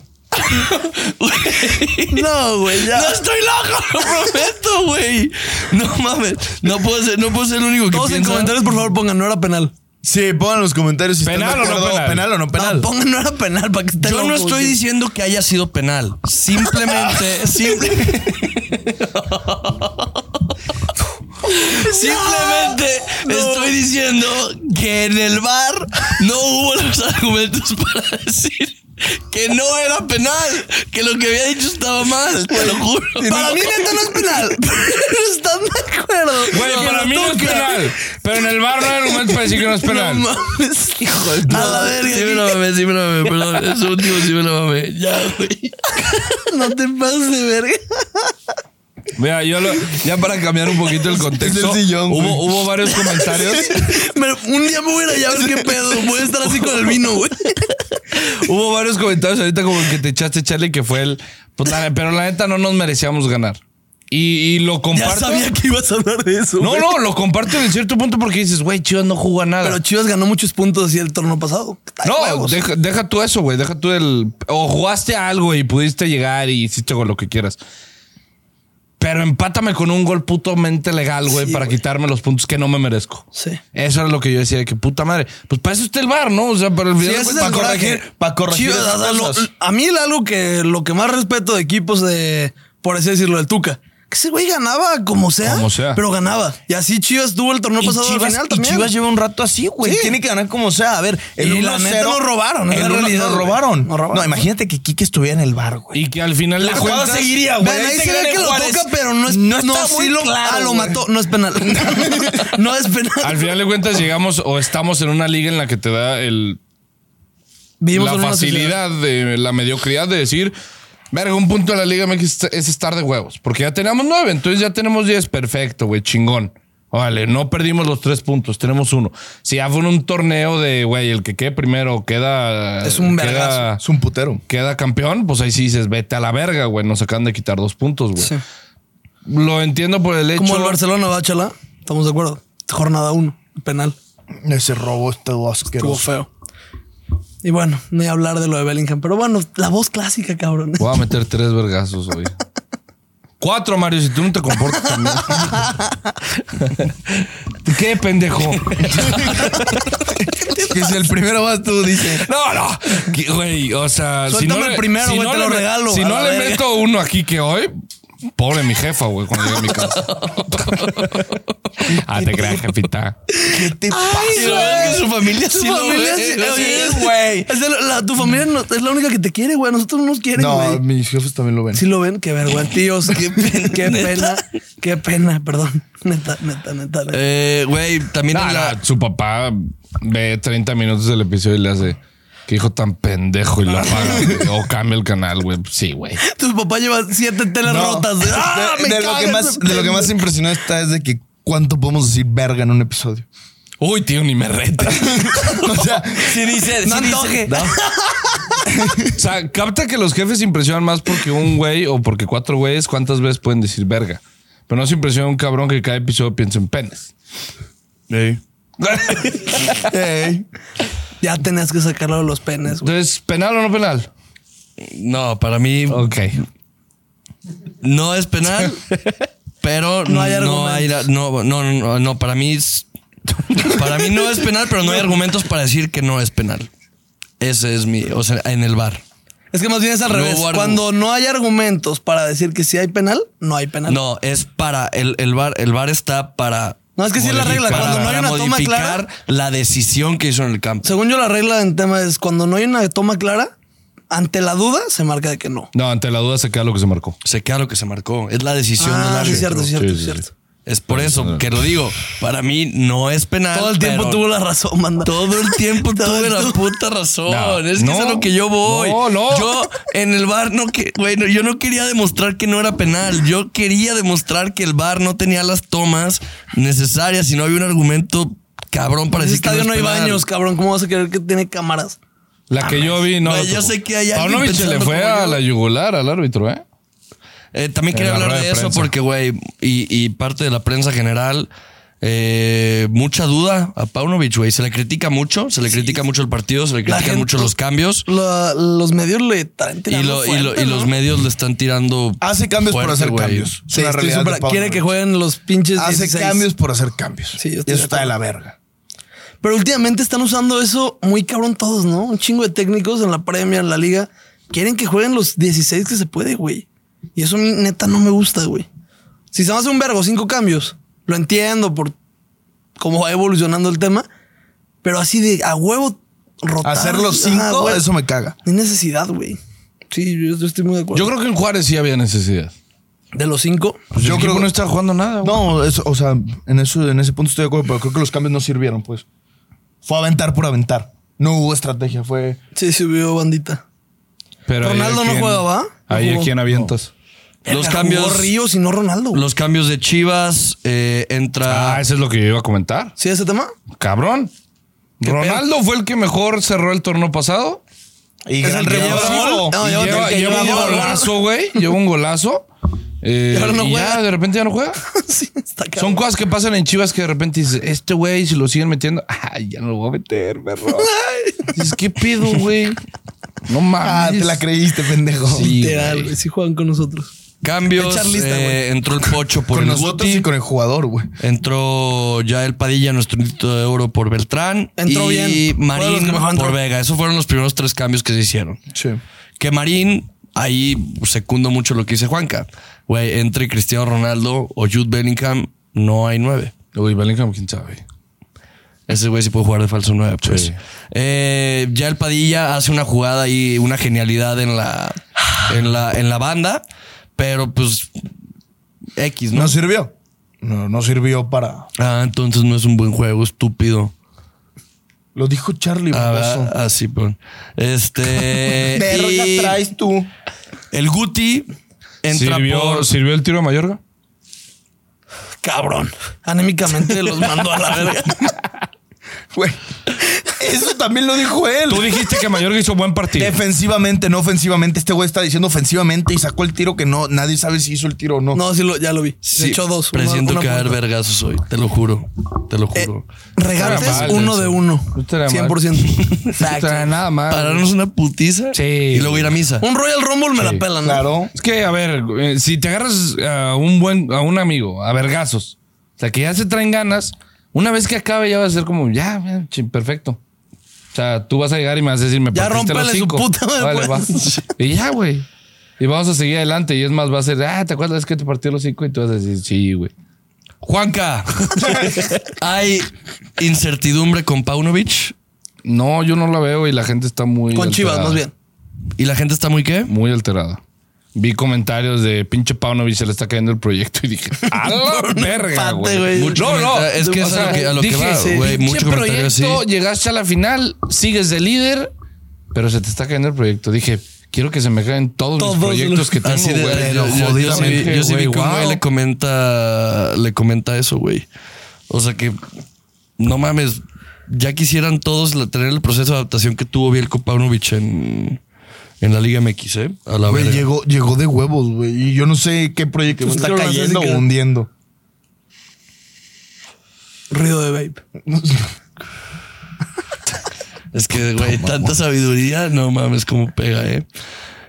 No, güey, ya. ¡No estoy loco! ¡Lo prometo, güey! No mames. No puedo ser, no puedo ser el único que Todos en piensa. comentarios, por favor, pongan no era penal. Sí, pongan en los comentarios si ¿Penal están de o no acuerdo. penal? o no No, pongan no era penal para que esté Yo no loco, estoy sí. diciendo que haya sido penal. Simplemente, simple- simplemente estoy diciendo que en el bar no hubo los argumentos para decir que no era penal, que lo que había dicho estaba mal, te lo juro. Para mí, neta, no es penal. Pero están de acuerdo. Güey, Que para lo mí no es toca. penal. Pero en el bar no hay argumentos para decir que no es penal. No mames, hijo de A la verga. Sí me lo mamé, sí me lo mamé, perdón. Eso último sí me lo mamé. Ya, güey. No te pases de verga. Mira, yo lo, ya para cambiar un poquito el contexto, Es el sillón, güey. hubo, hubo varios comentarios. Pero un día me voy a ir allá a ver qué pedo. Voy a estar así con el vino, güey. hubo varios comentarios ahorita como el que te echaste, Charlie, que fue el... pues, la- pero la neta no nos merecíamos ganar. Y, y lo Ya comparto. sabía que ibas a hablar de eso. No, güey. no, lo comparto en cierto punto porque dices, güey, Chivas no jugó a nada. Pero Chivas ganó muchos puntos y el torneo pasado. Está de No, huevos. deja, deja tú eso, güey. Deja tú el. O jugaste a algo y pudiste llegar y hiciste con lo que quieras. Pero empátame con un gol putamente legal, güey, Sí, para güey. quitarme los puntos que no me merezco. Sí. Eso era lo que yo decía, de que puta madre. Pues para eso está el bar, ¿no? O sea, para el Sí, video. ese es pa' el corregir- coraje. pa' corregir Chivas, esas o sea, lo- cosas. a mí el algo que lo que más respeto de equipos de, por así decirlo, del Tuca. Que ese güey ganaba como sea, Como sea. pero ganaba. Y así Chivas tuvo el torneo Y pasado pues, al Chivas, final y también. Chivas lleva un rato así, güey. pues, Sí. Tiene que ganar como sea. A ver, el Y la 1-0 neta nos robaron, es El la 1-0 realidad, nos güey. robaron. Nos robaron. No, imagínate que Quique estuviera en el bar, güey. Y que al final la jugada cuentas, seguiría, güey. Vean, ahí Este se gran ve que lo Juárez. toca, pero no, es, No está sí muy lo- claro, Ah, lo güey. mató. No es penal. no es penal. Al final de cuentas llegamos o estamos en una liga en la que te da el, Vivimos la en una facilidad de la mediocridad de decir, verga, un punto de la Liga MX es estar de huevos. Porque ya tenemos nueve, entonces ya tenemos diez. Perfecto, güey, chingón. Vale, no perdimos los tres puntos, tenemos uno. Si ya fue en un torneo de, güey, el que quede primero queda. Es un queda, vergazo. Es un putero. queda campeón, pues ahí sí dices, vete a la verga, güey. Nos acaban de quitar dos puntos, güey. Sí. Lo entiendo por el hecho. Como el Barcelona, va, chala. Estamos de acuerdo. Jornada 1, penal. Ese robo Estuvo estuvo asqueroso. feo. Y bueno, no voy a hablar de lo de Bellingham, pero bueno, la voz clásica, cabrón. Voy a meter tres vergazos hoy. Cuatro, Mario, si tú no te comportas también. ¿Qué pendejo? Que si el primero vas tú, dice. No, no. Que, Güey, o sea, Suéltame el primero, güey, te lo le- regalo, Si a no la le verga. meto uno aquí que hoy, pobre mi jefa, güey, cuando llegue a mi casa. ah, te creas, jefita. ¿Qué te pasa? Y la verdad es que su familia sí lo ve. oye, es de la- tu familia no- es la única que te quiere, güey. Nosotros no nos quieren, No, güey. mis jefes también lo ven. Sí lo ven, qué vergüenza, tíos. Qué, pen- qué pena, qué pena, perdón. Neta, neta, neta. neta. Eh, Güey, también Nah, en la- nah, su papá ve 30 minutos del episodio y le hace. Qué hijo tan pendejo y lo apaga. güey. o cambia el canal, güey. Pues Sí, güey. Eh. Tu papá lleva siete telas No. rotas. ¡Ah, de, me de lo caga que ese más, de lo que más pendejo! impresionante está es de que cuánto podemos decir verga en un episodio. Uy, tío, ni me rete. O sea, Sí dice, No sí dice- antoje. O sea, capta que los jefes impresionan más porque un güey o porque cuatro güeyes, ¿cuántas veces pueden decir verga? Pero no se impresiona un cabrón que cada episodio piensa en penes. ey, Ya tenías que sacarlo de los penes, güey. Entonces, ¿penal o no penal? No, para mí Ok. no es penal, pero no No hay hay no, hay la- no, no, no, no, para mí es. Para mí no es penal, pero no hay argumentos para decir que no es penal. Ese es mi, o sea, en el bar. Es que más bien es al No revés. hubo argu- Cuando no hay argumentos para decir que sí hay penal, no hay penal. No, es para el, el bar, el bar está para No, es que sí es la regla, modificar- cuando no hay para una toma clara- modificar la decisión que hizo en el campo. Según yo, la regla en tema es cuando no hay una toma clara, ante la duda se marca de que no. No, ante la duda se queda lo que se marcó. Se queda lo que se marcó, es la decisión del Ah, sí, árbitro. es cierto, es cierto, Sí, es sí, sí. cierto. Es por eso que lo digo. Para mí no es penal. Todo el tiempo pero tuvo la razón, manda. Todo el tiempo Todo tuve el la tu- puta razón. No, es que no, es a lo que yo voy. no, no. Yo en el bar no que, bueno, yo no quería demostrar que no era penal. Yo quería demostrar que el bar no tenía las tomas necesarias y no había un argumento cabrón para En ese decir que estadio no hay penal. baños, cabrón. ¿Cómo vas a creer que tiene cámaras? La que yo vi, no. Güey, la yo tocó. sé que hay alguien Paunovic se le pensando fue como a yo. la yugular al árbitro, ¿eh? Eh, también En quería la hablar rueda de de eso prensa. porque, güey, y, y parte de la prensa general, eh, mucha duda a Paunovic, güey. Se le critica mucho, se le critica mucho el partido, se le La critican gente- mucho los cambios. La- los medios le traen Y, tirando lo- y lo- fuerte, y los ¿no? medios le están tirando. hace cambios por fuerte, hacer güey. cambios. Es Sí, una estoy realidad de súper- Pablo quiere que Neruda. jueguen los pinches Hace 16. cambios por hacer cambios. Sí, yo eso estoy de está de acuerdo. la verga. Pero últimamente están usando eso muy cabrón todos, ¿no? Un chingo de técnicos en la Premier, en la Liga. Quieren que jueguen los 16 que se puede, güey. Y eso a mí, neta no me gusta, güey. Si se me hace un vergo, cinco cambios. Lo entiendo por cómo va evolucionando el tema. Pero así de a huevo rotar. Hacer los ah, cinco, güey. eso me caga. No hay necesidad, güey. Sí, yo, yo estoy muy de acuerdo. Yo creo que en Juárez sí había necesidad. de los cinco. Yo creo que Pues no está jugando nada. güey. No, eso, o sea, en, eso, en ese punto estoy de acuerdo, pero creo que los cambios no sirvieron, pues. Fue aventar por aventar. No hubo estrategia, fue... Sí, subió bandita. Pero ahí Ronaldo a no juega, ¿va? No Ahí a jugó. quién avientas. Los Verga, cambios. Jugó Ríos y no Ronaldo. güey. Los cambios de Chivas eh, entra. Ah, eso es lo que yo iba a comentar. ¿Sí ese tema? Cabrón. Ronaldo fue el que mejor cerró el torneo pasado. Y Es el gran- rebote. Lleva- No, lleva, lleva- que lleva lleva un gol. golazo, güey. Lleva un golazo. Eh, Y ahora no y juega. ya, de repente ya no juega. sí, está cabrón. Son cosas que pasan en Chivas que de repente dices, este güey, si lo siguen metiendo, ay, ya no lo voy a meter, perro. dices, ¿qué pedo, güey? No mames. Ah, te la creíste, pendejo. Sí, Literal, güey. sí juegan con nosotros. Cambios. El charlista, güey. eh, entró el Pocho por Con el nosotros Guti. y con el jugador, güey. Entró ya el Padilla, nuestro grito de oro por Beltrán. Entró y bien. Fue de los Marín que mejor entró. por Vega. Esos fueron los primeros tres cambios que se hicieron. Sí. Que Marín, ahí secundo mucho lo que dice Juanca. Güey, entre Cristiano Ronaldo o Jude Bellingham, no hay nueve. Uy, Bellingham, quién sabe. Ese güey sí puede jugar de falso 9, pues. Sí. Eh, ya el Padilla hace una jugada y una genialidad en la, en la, en la banda, pero pues X, ¿no? No sirvió. No, no sirvió para... Ah, entonces no es un buen juego, estúpido. Lo dijo Charlie. Ah, baboso. ah, sí, perdón. Este. Verga y traes tú. el Guti entra ¿Sirvió, por. ¿Sirvió el tiro a Mayorga? cabrón. Anémicamente los mandó a la verga. Güey. Eso también lo dijo él. Tú dijiste que Mayorga hizo buen partido. Defensivamente, no ofensivamente. Este güey está diciendo ofensivamente y sacó el tiro que no, nadie sabe si hizo el tiro o no. No, sí, lo, ya lo vi. Sí, de hecho, dos. una- Presiento una que va a haber punta. vergazos hoy. Te lo juro. Te lo juro. Eh, Regates Estaría mal uno eso. de uno. No estaría mal. 100%. O sea, Exacto. nada más. Pararnos una putiza Sí. y luego ir a misa. Un Royal Rumble me la pelan. ¿no? Claro. Es que, a ver, eh, si te agarras a un buen, a un amigo, a vergazos, o sea, que ya se traen ganas, una vez que acabe ya va a ser como, ya, ya, chin, perfecto. O sea, tú vas a llegar y me vas a decir, me Ya partiste los rómpele su cinco. puta madre, Órale, va. pues. Y ya, güey. Y vamos a seguir adelante. Y es más, va a ser, ah, ¿te acuerdas que te partí los cinco? Y tú vas a decir, sí, güey. Juanca, ¿hay incertidumbre con Paunovic? No, yo no la veo y la gente está muy. Con Chivas, alterada. más bien. ¿Y la gente está muy qué? Muy alterada. Vi comentarios de pinche Paunovic se le está cayendo el proyecto y dije, Ah, a la verga, Empate, güey. güey. Mucho Eh, no, no. comenta- es que O es a sea, lo que, a lo que dije, va, sí, güey. pinche Mucho comentario así. proyecto, llegaste a la final, sigues de líder, pero se te está cayendo el proyecto. Dije, quiero que se me caigan todos, Todos mis proyectos los- que tengo, Así de güey. yo, yo- yo sí, vi- yo sí vi güey, que un güey wow. le comenta, le comenta eso, güey. O sea que no mames, ya quisieran todos la- tener el proceso de adaptación que tuvo Bielko Paunovic en, en la Liga MX, ¿eh? A la Güey, verga. llegó, llegó de huevos, güey. Y yo no sé qué proyecto Pues está creo que no sé cayendo si o queda- hundiendo. Ruido de vape. Es que, güey, tanta sabiduría, no mames, cómo pega, ¿eh?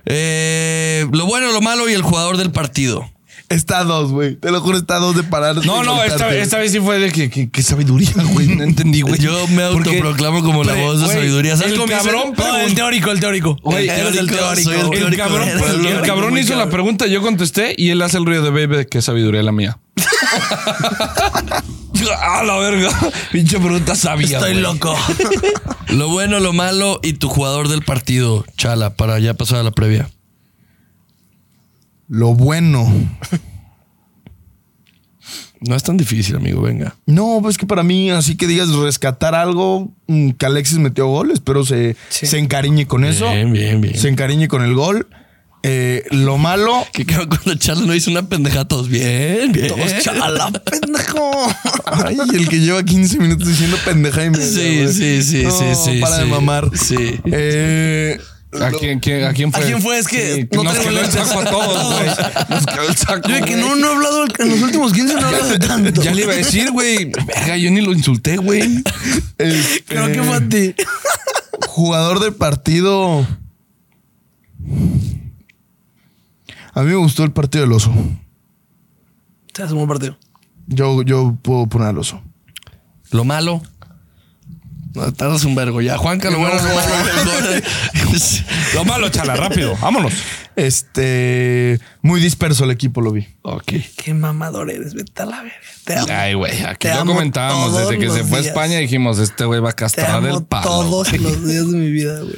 Eh, Lo bueno, lo malo y el jugador del partido. Está a dos, güey. Te lo juro, está a dos de parar. No, no, esta, esta vez sí fue de que, que, que sabiduría, güey. No entendí, güey. Yo me Porque- autoproclamo como la voz de güey, sabiduría. ¿Sabes el cómo me dicen? cabrón No, el teórico, el teórico. Güey, Eres el teórico, soy el El teórico cabrón, del pueblo. el cabrón hizo la pregunta, yo contesté y él hace el ruido de baby que sabiduría la mía. ¡Ah, la verga! Pinche pregunta sabia. Estoy güey. loco. Lo bueno, lo malo y tu jugador del partido, Chala, para ya pasar a la previa. Lo bueno. No es tan difícil, amigo, venga. No, pues que para mí, así que digas rescatar algo, mm, que Alexis metió goles, pero se, Sí. se encariñe con eso. Bien, bien, bien. Se encariñe con el gol. Eh, lo malo, Que creo que cuando Chala no hizo una pendeja, todos bien, bien. Todos chala, pendejo. Ay, el que lleva 15 minutos diciendo pendeja y media, Sí, güey. sí, sí, No, sí, sí. Para de sí. mamar. Sí. Eh, ¿A quién, quién- a quién fue? ¿A quién fue? Es que no nos tengo quedó el lentes. saco a todos, güey. Nos quedó el saco. Yo de que güey. no, no he hablado en los últimos 15 no he hablado de tanto. Ya le iba a decir, güey. Verga, yo ni lo insulté, güey. este, Creo que fue a ti. Jugador del partido. A mí me gustó el partido del oso. Te hace un buen partido. Yo, yo puedo poner al oso. Lo malo. No, tardas un vergo ya. Juanca, lo bueno, lo malo. Lo malo, chala, rápido. Vámonos. Este. Muy disperso el equipo, lo vi. ok. Qué mamador eres, vete a la verga. Te amo. Ay, güey, aquí Te lo amo comentábamos. todos Desde que se los fue a días. España dijimos, este güey va a Te castrar amo el palo. todos los días de mi vida, güey.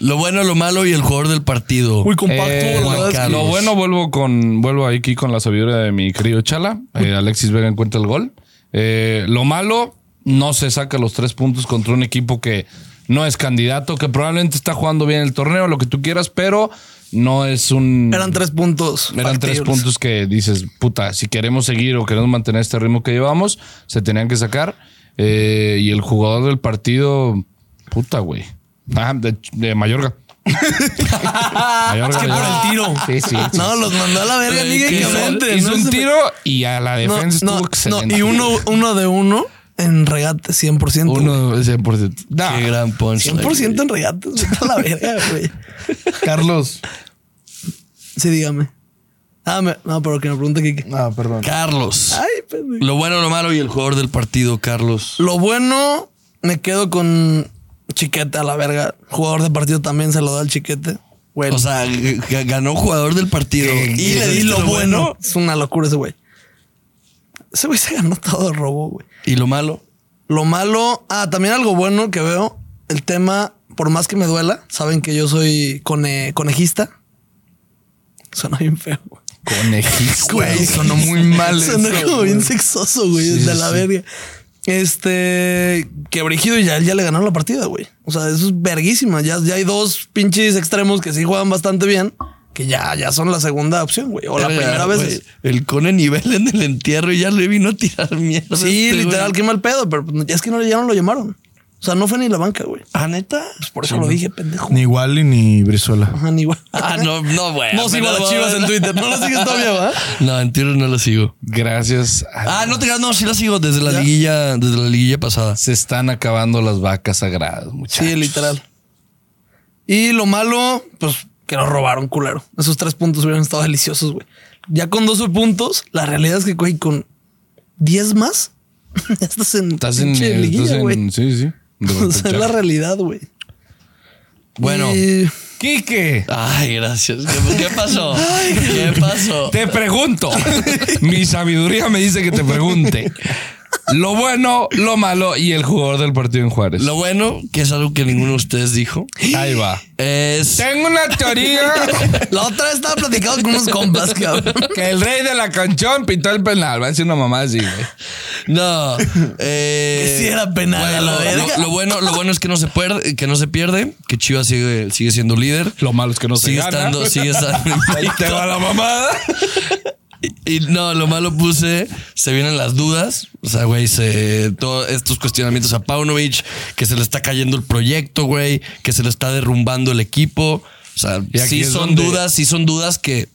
Lo bueno, lo malo y el jugador del partido. compacto, Eh, Juan Juan Carlos. Lo bueno, vuelvo con vuelvo aquí con la sabiduría de mi querido Chala. Eh, Alexis Vega encuentra el gol. Eh, lo malo, no se saca los tres puntos contra un equipo que no es candidato, que probablemente está jugando bien el torneo, lo que tú quieras, pero no es un. Eran tres puntos. Eran tres factibles. puntos que dices, puta, si queremos seguir o queremos mantener este ritmo que llevamos, se tenían que sacar. Eh, y el jugador del partido, puta, güey. Ah, de, de Mayorga. Mayorga, Es que por Mayorga. el tiro. Sí, sí. sí. ah, No, los mandó a la verga, Eh, ni que que hizo- excelente. Hizo No un se- tiro y a la No, defensa no, estuvo excelente. no, y uno, uno de uno en regate, 100%. güey. Uno, 100%. Nah. Qué gran punch. 100% en regates. Vete a la verga, güey. Carlos. Sí, dígame. Ah, me- no, pero que me pregunte Kike. Ah, perdón. Carlos. Ay, pendejo. Lo bueno, lo malo y el jugador del partido, Carlos. Lo bueno, me quedo con Chiquete a la verga. Jugador de partido también se lo da al Chiquete. Güey, O sea, g- g- ganó jugador del partido. y le di diste lo bueno. Es una locura ese güey. Ese güey se ganó todo el robo, güey. Y lo malo. Lo malo, ah, también algo bueno que veo, el tema, por más que me duela, saben que yo soy cone- conejista. Suena bien feo. güey. Conejista. Güey, sonó muy mal. Suena eso, como güey. bien sexoso, güey, de la verga. Este, que Brigido y Yael ya le ganaron la partida, güey. O sea, eso es verguísima. Ya, ya hay dos pinches extremos que sí juegan bastante bien que ya, ya son la segunda opción, güey. O la Verga, primera vez. güey. El cone nivel en el entierro y ya le vino a tirar mierda. Sí, este, literal, güey. qué mal pedo, pero pues, es que no, ya no lo llamaron. O sea, no fue ni la banca, güey. Ah, neta. Pues por eso lo dije, pendejo. Ni Wally ni Brizuela. Ajá, ni igual. Ah, no, no, güey. No sigo a las chivas en Twitter. No las sigues todavía, ¿va? No, en Twitter no la sigo. Gracias. a- Ah, no te creas, no, sí la sigo desde la liguilla, desde la liguilla pasada. Se están acabando las vacas sagradas, muchachos. Sí, literal. Y lo malo, pues que nos robaron, culero. Esos tres puntos hubieran estado deliciosos, güey. Ya con 12 puntos, la realidad es que, güey, con 10 más, ya estás en Estás en, pinche estás liguilla, en- güey. sí, sí. O sea, es la realidad, güey. Bueno. Y- Quique, Ay, gracias. ¿Qué, qué pasó? ¿Qué pasó? te pregunto. Mi sabiduría me dice que te pregunte. Lo bueno, lo malo y el jugador del partido en Juárez. Lo bueno, que es algo que ninguno de ustedes dijo, Ahí va. es... Tengo una teoría La otra vez estaba platicando con unos compas, cabrón. que el rey de la canchón pintó el penal. Va a decir una mamá así, güey. No. eh, Que sí era penal, bueno, a la verga. lo, lo bueno, lo bueno es que no se pierde, que no se pierde, que Chivas sigue, sigue siendo líder. Lo malo es que no se sigue gana. estando, sigue estando. Ahí te va la mamada. Y no, lo malo puse, se vienen las dudas. O sea, güey, se, todos estos cuestionamientos a Paunovic, que se le está cayendo el proyecto, güey, que se le está derrumbando el equipo. O sea, Y aquí sí es son donde- dudas, sí son dudas que,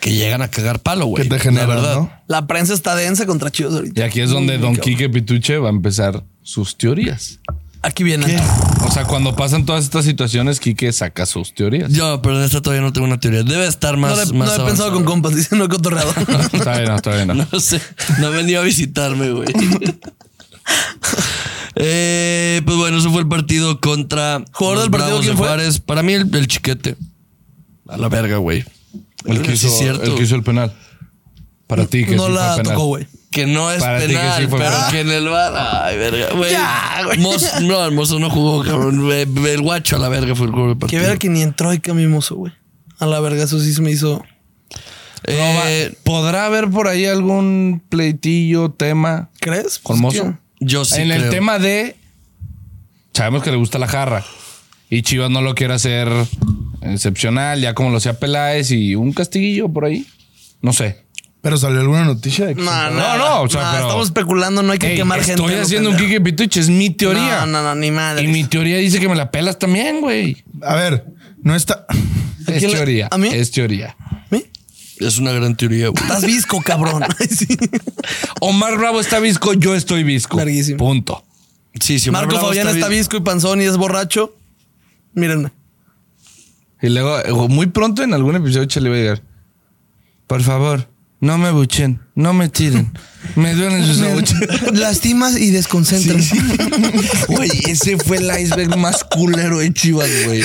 que llegan a cagar palo, güey. Que te La generan, verdad. ¿no? La prensa está densa contra Chivas Y ahorita. aquí es donde Don Quique Pituche va a empezar sus teorías. Aquí viene. O sea, cuando pasan todas estas situaciones, Quique saca sus teorías. Yo, pero de esta todavía no tengo una teoría. Debe estar No, más. le- no más he pensado avanzada. con compas, dice no he cotorreado. Está bien, no, está bien. no. No sé, no han venido a visitarme, güey. Eh, pues bueno, eso fue el partido contra. ¿Jugador los del partido Bravos de quién fue? Juárez. Para mí, el, el chiquete. A la verga, güey. El que, Sí, hizo, es cierto. el que hizo el penal. Para ti, que no sí fue la penal. tocó, güey. Que no es Para ti que sí penal, fue pero penal. que en el bar. Ay, verga, güey. Ya, güey. Mos- no, el mozo no jugó, cabrón. Eh, El guacho a la verga fue el juego del Que partido. verga que ni entró y que mimoso, güey. A la verga, eso sí se me hizo. Eh, ¿Podrá haber por ahí algún pleitillo, tema ¿Crees? con Pues, Mozo? yo sí. en el creo. tema de. Sabemos que le gusta la jarra. Y Chivas no lo quiere hacer excepcional, ya como lo hacía Peláez y un castiguillo por ahí. No sé. Pero salió alguna noticia de que No, no, No, no. no, o sea, pero- Estamos especulando, no hay que Ey, quemar gente. estoy a lo haciendo un pendejo. Quique Pituche, es mi teoría. No, no, no, ni madre. Y mi teoría dice que me la pelas también, güey. A ver, no está. Es quién le- teoría. a mí? Es teoría. ¿Eh? Es una gran teoría, güey. Estás visco, cabrón. Ay, sí. Omar Bravo está visco, yo estoy visco. Larguísimo. Punto. Sí, sí, Omar Marco Bravo Fabián está bien. visco y panzón y es borracho. Mírenme. Y luego, eh, muy pronto en algún episodio, Chele va a llegar. Por favor, no me buchen, no me tiren. Me duelen sus abuches. Lastimas y desconcentras. Güey, ese fue el iceberg más culero de Chivas, güey.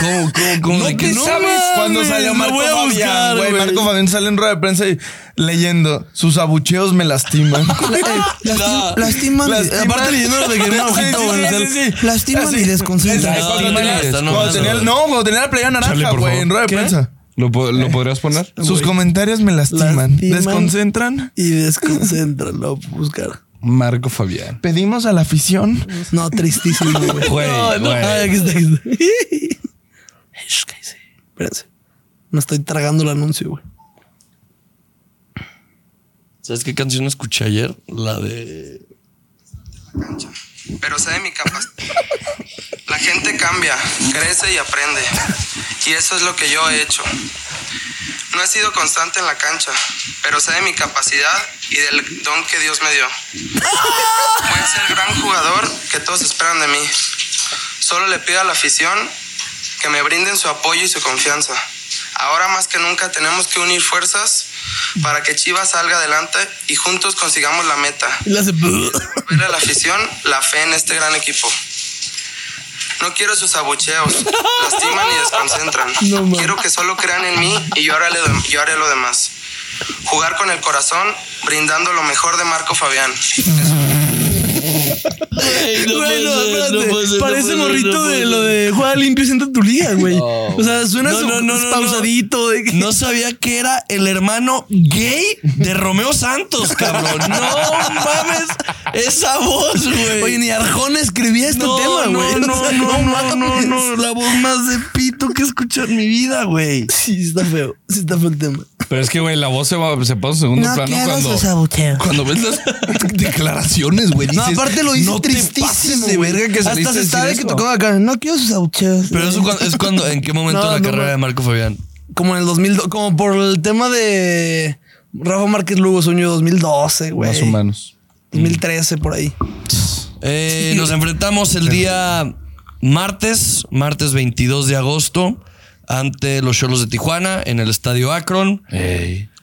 ¿Cómo, cómo, cómo? No De que te sabes Cuando mames, salió lo Marco voy a Fabián, buscar, güey. güey. Marco Fabián sale en rueda de prensa y leyendo. Sus abucheos me lastiman. Lastim- Lastiman. y- Lastiman. Aparte leyendo de que tenía un Sí, ojito, sí, güey, sí, o sea, sí, sí. Lastiman Así. y desconcentran. Exacto. Lastiman y desconcentran. Cuando tenía el- No, cuando tenía la playa Chale, naranja, por güey, favor. en rueda de ¿Qué? prensa. ¿Lo, po- lo podrías poner? Sus comentarios me lastiman. Lastiman. Desconcentran. Y desconcentran, lo voy a buscar. Marco Fabián. Pedimos a la afición. No, tristísimo, güey. Güey, no, no. Ay, güey. Ah, aquí está, aquí está. Shh, cállese. Espérense. Me estoy tragando el anuncio, güey. ¿Sabes qué canción escuché ayer? La de. pero sé de mi capacidad. La gente cambia, crece y aprende. Y eso es lo que yo he hecho. No he sido constante en la cancha, pero sé de mi capacidad y del don que Dios me dio. Voy a ser el gran jugador que todos esperan de mí. Solo le pido a la afición que me brinden su apoyo y su confianza. Ahora más que nunca tenemos que unir fuerzas para que Chivas salga adelante y juntos consigamos la meta Y le hace. ver a la afición la fe en este gran equipo. No quiero sus abucheos, lastiman y desconcentran. No, man. quiero que solo crean en mí y yo haré, lo- yo haré lo demás. Jugar con el corazón, brindando lo mejor de Marco Fabián. Bueno, espérate. Parece morrito de lo de. de juega limpio y siente tu liga, güey. o sea, suena No, su- no, no, no, pausadito. de que- No sabía que era el hermano gay de Romeo Santos, cabrón. No mames esa voz, güey. Oye, ni Arjona escribía este no, tema, güey. O no, no, sea, no, no, no, mames. no, la voz más de necesito que escuchar mi vida, güey. Sí, está feo. Sí, está feo el tema. Pero es que, güey, la voz se, va, se pasa en segundo plano cuando. saboteos. Cuando ves las declaraciones, güey. No, dices, aparte lo hice "No te tristísimo. pases de güey. verga que saliste Hasta se a está de decir que eso". tocaba acá. No quiero sus abucheos. Pero eso cuando- es cuando, ¿en qué momento No, de la no, carrera no. de Marco Fabián? Como en el 2002, como por el tema de Rafa Márquez Lugo, sueño 2012, güey. Más humanos. 2013, por ahí. Eh, Nos enfrentamos el día martes, martes 22 de agosto, ante los Cholos de Tijuana en el Estadio Akron.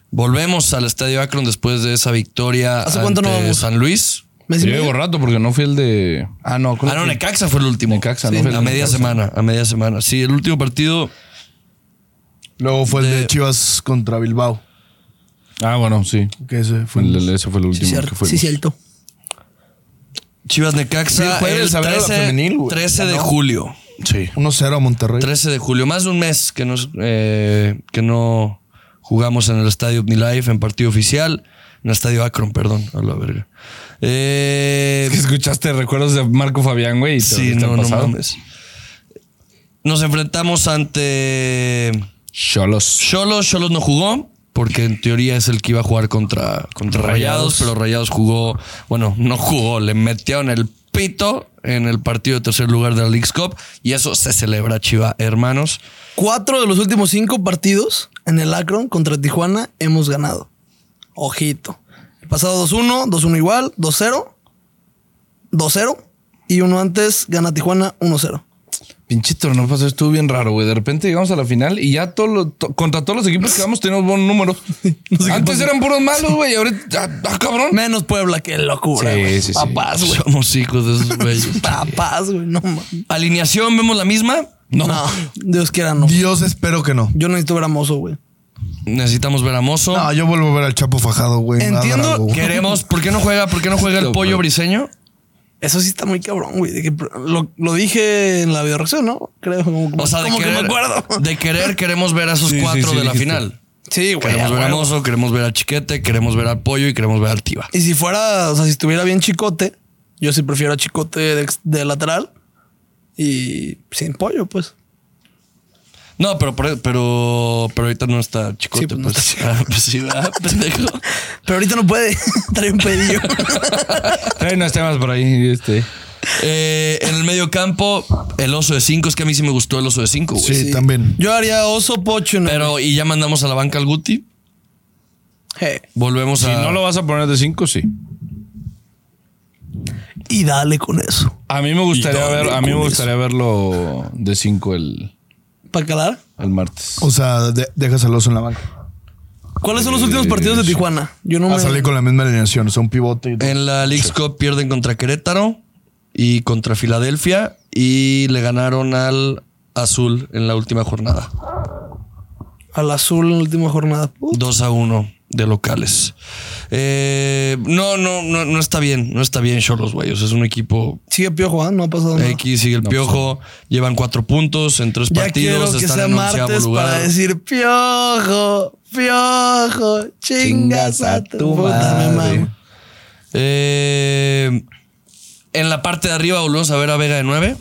Volvemos al Estadio Akron después de esa victoria ¿Hace cuánto ante no vamos? San Mes Luis. y Pues Yo medio. llevo rato porque no fui el de. Ah, no, Ah, no, Necaxa fue el último. Necaxa, Sí, ¿no? Fue el A de media Necaxa. semana, a media semana. Sí, el último partido Luego fue el De- de Chivas contra Bilbao. Ah, bueno, sí. Que ese fue El- el... el- ese fue el Sí, último que cierto. fue. Sí, cierto. Chivas Sí, el Necaxa jueves, el a ver a la 13, femenil, güey. 13 de Ah, no. julio. sí. 1-0 a Monterrey. 13 de julio, más de un mes que, nos, eh, que no jugamos en el estadio OmniLife en partido oficial. En el estadio Akron, perdón, a la verga. Eh, Es que escuchaste recuerdos de Marco Fabián, güey. y te sí, volviste no, al no pasado. mames. Nos enfrentamos ante Cholos. Cholos. Cholos no jugó, porque en teoría es el que iba a jugar contra, contra Rayados, Rayados. pero Rayados jugó, bueno, no jugó, le metieron el pito en el partido de tercer lugar de la League's Cup y eso se celebra, Chiva, hermanos. Cuatro de los últimos cinco partidos en el Akron contra Tijuana hemos ganado. Ojito. El pasado 2-1, 2-1 igual, 2-0, 2-0 y uno antes gana Tijuana 1-0. Pinche no pasó, estuvo bien raro, güey. De repente llegamos a la final y ya todo lo- to- contra todos los equipos pues que vamos tenemos buenos números. Antes eran puros malos, güey. y Ahora, ah, ah, cabrón. Menos Puebla, que locura. Sí, güey. sí, sí. Papás, güey. Somos hijos de esos güeyes. Papás, güey. No mames. Alineación, vemos la misma. No. Dios quiera, no. Dios, espero que no. Yo necesito ver a Mozo, güey. Necesitamos ver a Mozo. No, yo vuelvo a ver al Chapo fajado, güey. me va a dar Entiendo algo, güey. que- Queremos, ¿por qué no juega? ¿Por qué no juega el Esto, pollo güey. briseño? Eso sí está muy cabrón, güey. de que Lo, lo dije en la videoreacción, ¿no? Creo. Como, O sea, de como que querer, me acuerdo. de querer queremos ver a esos Sí, sí, cuatro sí, de la dijiste. final. Sí, güey. a Queremos ver a huevo. Mozo, queremos ver a Chiquete, queremos ver al Pollo y queremos ver al Tiva. Y si fuera, o sea, si estuviera bien chicote, yo sí prefiero a chicote de, ex- de lateral y sin pollo, pues. No, pero, por- e, pero, pero ahorita no está Chicote. Sí, pues, no pues, está Ah, pues sí, ¿verdad, pendejo? Pero ahorita no puede. Trae un pedillo. Trae unos temas por ahí. Este. Eh, en el medio campo, el oso de cinco. Es que a mí sí me gustó el oso de cinco, güey. Sí, también. yo haría oso pocho. ¿no? Pero, y ya mandamos a la banca al Guti. Hey. Volvemos Si a. no lo vas a poner de 5, sí. Y dale con eso. A mí me Y gustaría dale ver, a mí me con gustaría verlo de 5 el, ¿Para calar? el martes. O sea, de- dejas al oso en la banca. ¿Cuáles son los últimos Eh, partidos de sí. Tijuana? Yo no A me. salir Ah, con la misma alineación. O sea, un pivote. y todo. En la League's Cup pierden contra Querétaro y contra Filadelfia y le ganaron al Azul en la última jornada. Al azul en la última jornada. Puta. 2 a 1 de locales. Eh, no, no, no, no está bien. No está bien Cholos, güey. O sea, es un equipo Sigue Piojo, ¿ah? No ha pasado nada. X, sigue el piojo. pues, Llevan cuatro puntos en tres Ya partidos. quiero que están sea en onceavo martes lugar. para decir Piojo, Piojo, chingas a tu puta me mamo". Eh, en la parte de arriba volvemos a ver a Vega de 9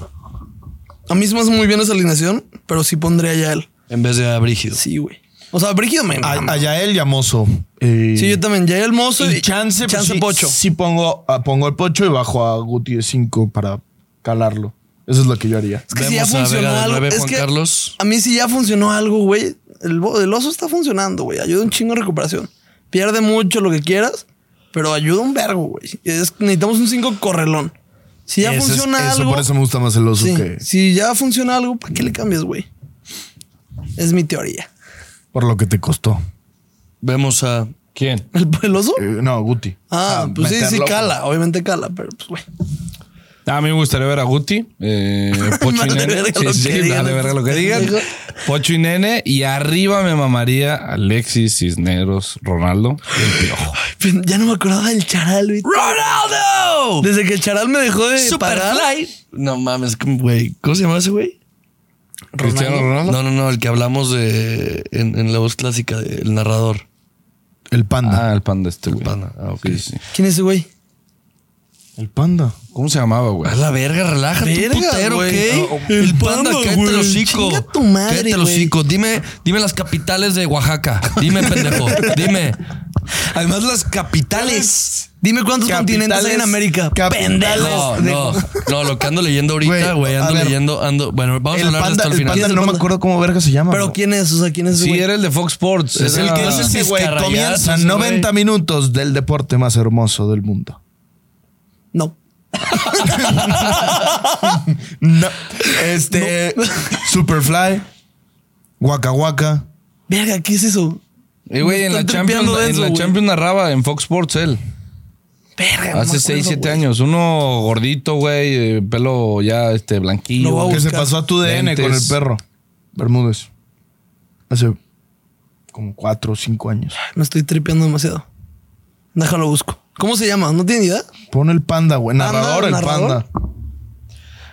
A mí se me hace muy bien esa alineación, pero sí pondría ya él. en vez de a Brígido. Sí, güey. O sea, Brígido me A, mama. a Yael y a Mozo. Eh, Sí, yo también. Ya el mozo y chance, pues, sí- pocho. Sí pongo, ah, pongo el pocho y bajo a Guti de 5 para calarlo. Eso es lo que yo haría. Es que si ya Vemos a funcionó Vega de algo. nueve, es Juan que Carlos. A mí si ya funcionó algo, güey. El, bo- el oso está funcionando, güey. Ayuda un chingo de recuperación. Pierde mucho lo que quieras, pero ayuda un vergo, güey. Es- necesitamos un 5 correlón. Si ya Eso es- funciona eso, algo. por eso me gusta más el oso sí, que Si ya funciona algo, ¿para qué le cambias, güey? Es mi teoría. por lo que te costó. Vemos a. ¿Quién? ¿El, el oso? Eh, no, Guti. Ah, O sea, pues sí, sí meterlo. cala. Obviamente cala, pero pues, güey. Ah, A mí me gustaría ver a Guti, eh, Pocho y Vale Nene. verga Sí, lo sí, que digan vale estos verga lo que digan. pendejos. Pocho y Nene. Y arriba me mamaría Alexis, Cisneros, Ronaldo y el Piojo. Pero Pues, Ya no me acordaba del charal, güey. ¡Ronaldo! Desde que el charal me dejó de parar. Superfly. No mames, güey. ¿Cómo se llama ese güey? Cristiano Ronaldo. No, no, no, el que hablamos de, en, en la voz clásica del narrador. El panda. Ah, el panda este, güey. panda, ah, ok. Sí, sí. ¿Quién es ese güey? El panda. ¿Cómo se llamaba, güey? A la verga, relájate, Verga, putero, güey. Ah, ¿ok? El El panda, panda, cállate güey. el hocico. Chinga tu madre, Cállate el güey. hocico. Dime, dime las capitales de Oaxaca. Dime, pendejo. Dime. Además, las capitales. Dime cuántos continentes hay en América. capitales No, de- no. No, lo que ando leyendo ahorita, Güey, güey. a Ando ver. leyendo, ando. Bueno, vamos a El hablar de panda, esto al el final. panda no me acuerdo cómo verga se llama. Pero bro. quién es, o sea, quién es ese Sí, güey? era el de Fox Sports. Es el Era- que es el- Ese güey Vizcarrayazos, comienza güey. 90 minutos del deporte más hermoso del mundo. No. No. Este. Superfly. Waka Waka. Verga, ¿qué es eso? Eh, güey, en Me la están Champions, tripeando de en eso, la güey. Champions narraba en Fox Sports él. Verga. no me Hace acuerdo, 6, 7 güey. años. Uno gordito, güey, eh, pelo ya este blanquillo. Lo voy a güey. Que se buscar. pasó a tu DN con el Lentes. perro. Bermúdez. Hace como 4 o 5 años. Me estoy tripeando demasiado. Déjalo busco. ¿Cómo se llama? ¿No tiene idea? Pon el panda, güey. Panda, Narrador, el narrador. panda.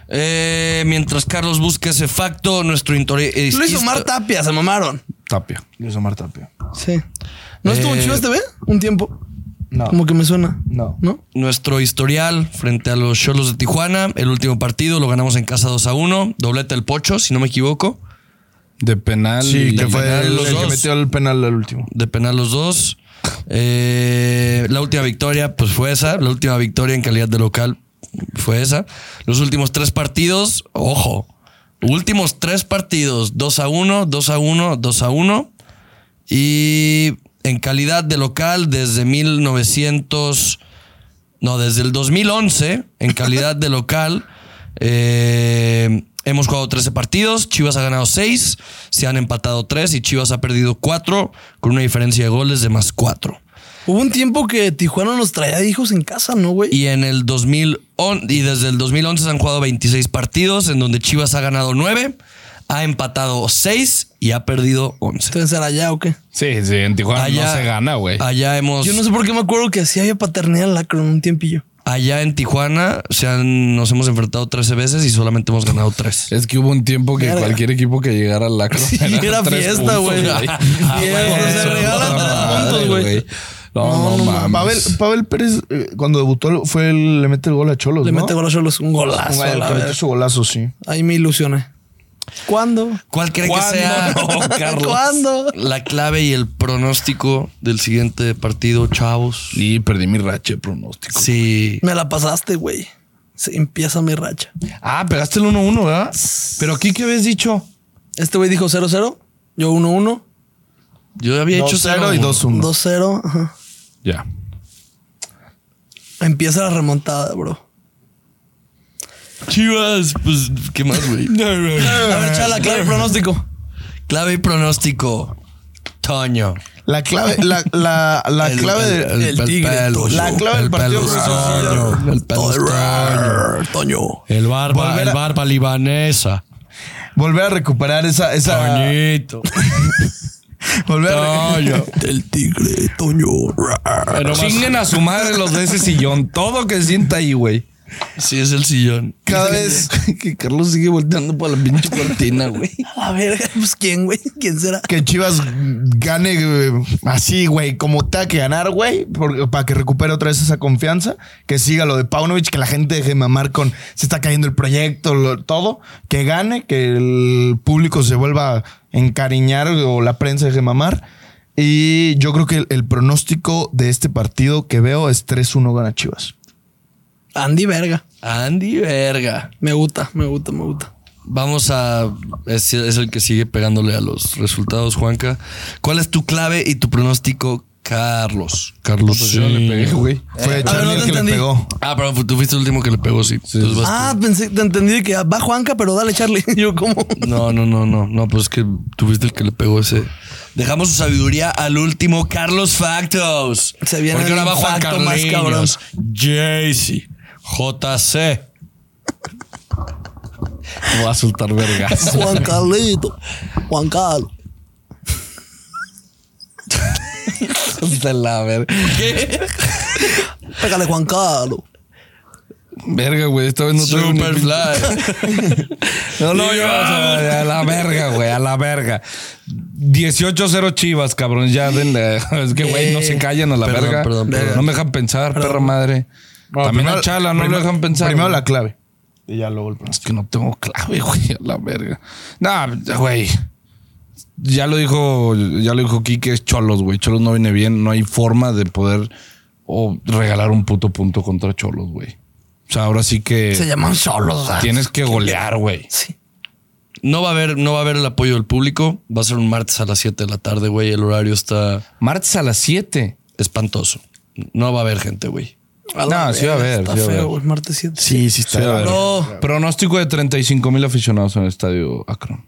Eh, mientras Carlos busca ese facto, nuestro eh, interés. Luis Omar Tapia, se mamaron. Tapia. Luis Omar Tapia. Sí. ¿No estuvo en Eh, Chivas TV? Un tiempo. No. Como que me suena. No. ¿No? Nuestro historial frente a los Cholos de Tijuana. El último partido lo ganamos en casa 2 a 1. Doblete el Pocho, si no me equivoco. De penal. Sí, y- que fue penal, el, los el que dos. metió el penal al último. de penal los dos. Eh, la última victoria, pues fue esa. La última victoria en calidad de local fue esa. Los últimos tres partidos, ojo. Últimos tres partidos, 2 a 1, 2 a 1, 2 a 1. Y en calidad de local desde 1900... No, desde el 2011, en calidad de local, eh, hemos jugado 13 partidos, Chivas ha ganado 6, se han empatado 3 y Chivas ha perdido 4 con una diferencia de goles de más 4. Hubo un tiempo que Tijuana nos traía hijos en casa, ¿no, güey? Y en el 2011 y desde el 2011 se han jugado 26 partidos en donde Chivas ha ganado 9, ha empatado 6 y ha perdido 11. Entonces era allá o qué. Sí, sí, en Tijuana Ah, no se gana, güey. Allá hemos Yo no sé por qué me acuerdo que así había paternidad en Lacro en un tiempillo. allá en Tijuana se han- nos hemos enfrentado 13 veces y solamente hemos ganado 3. Eh, Es que hubo un tiempo que Verga. cualquier equipo que llegara al lacro. Sí, eran era tres fiesta, puntos, güey. Fiesta, Fiesta, se güey. regalan tres puntos, güey. No, no, mames. Pavel, Pavel Pérez, eh, cuando debutó, fue el, le mete el gol a Cholos. Le Pues ¿no? mete gol a Cholos. Un Ah, golazo. Güey, a el la que metió verga. su golazo, sí. Ahí me ilusioné. ¿Cuándo? ¿Cuál cree que sea ¿Cuándo? la clave y el pronóstico del siguiente partido, chavos? Y perdí mi rache de pronóstico. Sí. Me la pasaste, güey. Se empieza mi racha. Ah, pegaste el 1-1, ¿verdad? Pero aquí, ¿qué habías dicho? Este güey dijo 0-0. Yo 1-1. Yo había hecho 2-0 y 2-1. 2-0. ajá. Ya. Empieza la remontada, bro. Chivas, pues, ¿qué más, güey? A ver, chala, claro el pronóstico. clave y pronóstico. Toño. La clave, la, la, la El- clave el- de- el- el pelo, la clave del el partido. pelo, Toño. El pelo es Toño. Toño. El barba, Volver a- el barba libanesa. Volver a recuperar esa. esa Toñito. volver a re- Toño. El tigre, Toño. Chinguen a su madre los de ese sillón. Todo que sienta ahí, güey. Sí, es el sillón. cada vez Que Carlos sigue volteando para la pinche cortina, güey. A la verga, pues quién, güey. ¿Quién será? que Chivas gane eh, así, güey, como está que ganar, güey, por- para que recupere otra vez esa confianza, que siga lo de Paunovic, que la gente deje de mamar con se está cayendo el proyecto, lo- todo, que gane, que el público se vuelva a encariñar o la prensa deje de mamar. Y yo creo que el, el pronóstico de este partido que veo es 3-1 gana Chivas. Andy Verga. Andy Verga. Me gusta, me gusta, me gusta. Vamos a. Es, es el que sigue pegándole a los resultados, Juanca. ¿Cuál es tu clave y tu pronóstico, Carlos? Pues Carlos. Yo le pegué, güey. Fue no Charlie te el que entendí. le pegó. Ah, pero fu- tú fuiste el último que le pegó, sí. Entonces vas Ah, pensé, te entendí que va Juanca, pero dale, Charlie. Yo, ¿cómo? tú. No, no, no, no. No, pues es que tú fuiste el que le pegó ese. Dejamos su sabiduría al último, Carlos Factos. Se viene Porque el ahora va Juan facto más Carlos. JC. JC. Voy a soltar vergas. Juan Carlito. Juan Carlos. Hasta la verga. Pégale, Juan Carlos. Verga, güey. Esta vez no traigo ni pinche- Superfly. No lo llevas a, a la verga, güey, a la verga. 18-0 Chivas, cabrón. Ya denle- Es que, güey, no se callan a la Perdón, verga. perdón, perdón. No me dejan pensar, perra madre. Bueno, También primero- a Chala, no primero- lo dejan pensar. Primero güey. la clave. Y ya luego el pronóstico. Es que no tengo clave, güey, a la verga. Nah, güey. Ya lo dijo, ya lo dijo Kike, es Cholos, güey. Cholos no viene bien, no hay forma de poder o regalar un puto punto contra Cholos, güey. O sea, ahora sí que Se llaman solos. o sea. tienes que golear, güey. Sí. No va a haber, no va a haber el apoyo del público. Va a ser un martes a las 7 de la tarde, güey. El horario está Martes a las 7. espantoso. No va a haber gente, güey. A la No, sí va a verga, haber, Está sí va a haber. feo, güey. Martes 7. Sí, sí está. Sí, a ver. No. Pronóstico de 35 mil aficionados en el estadio Akron.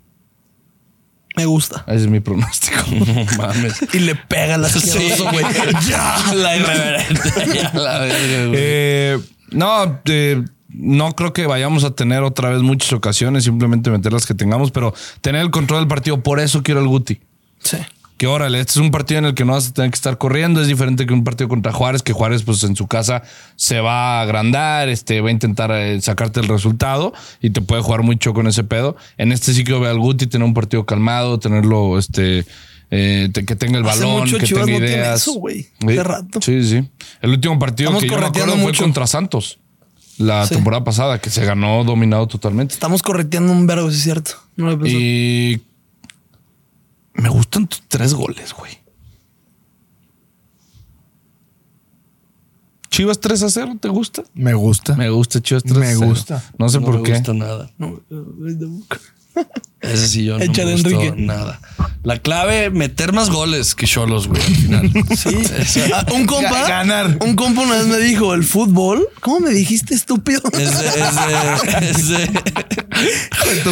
Me gusta. Ese es mi pronóstico. No mames. Y le pega la Asqueroso, güey. ya, la irreverente. Ya, la verga, güey. Eh, no, eh, no creo que vayamos a tener otra vez muchas ocasiones, simplemente meter las que tengamos, pero tener el control del partido, por eso quiero el Guti. Sí. Que órale, este es un partido en el que no vas a tener que estar corriendo, es diferente que un partido contra Juárez, que Juárez pues en su casa se va a agrandar, este, va a intentar eh, sacarte el resultado y te puede jugar mucho con ese pedo. En este sí que veo al Guti tener un partido calmado, tenerlo, este, eh, te- que tenga el Hace balón, mucho que Chivas tenga no tiene ideas. eso, güey. Sí, Hace rato. Sí, sí. El último partido Estamos que yo me correteando acuerdo fue mucho. contra Santos. La Sí. temporada pasada, que se ganó dominado totalmente. Estamos correteando un vergo, sí es cierto. No lo he pensado. Y me gustan tus tres goles, güey. Chivas 3 a 0, ¿te gusta? Me gusta. Me gusta Chivas 3 a Me 0. gusta. No sé no por me qué. gusta nada. No, no, Ese sí yo no Échale, me gustó Enrique. nada. La clave, meter más goles que Cholos, güey, al final. sí. Ah, un compa. Ga- ganar. Un compa una vez me dijo, el fútbol. ¿Cómo me dijiste, estúpido? Es de, es de, es de-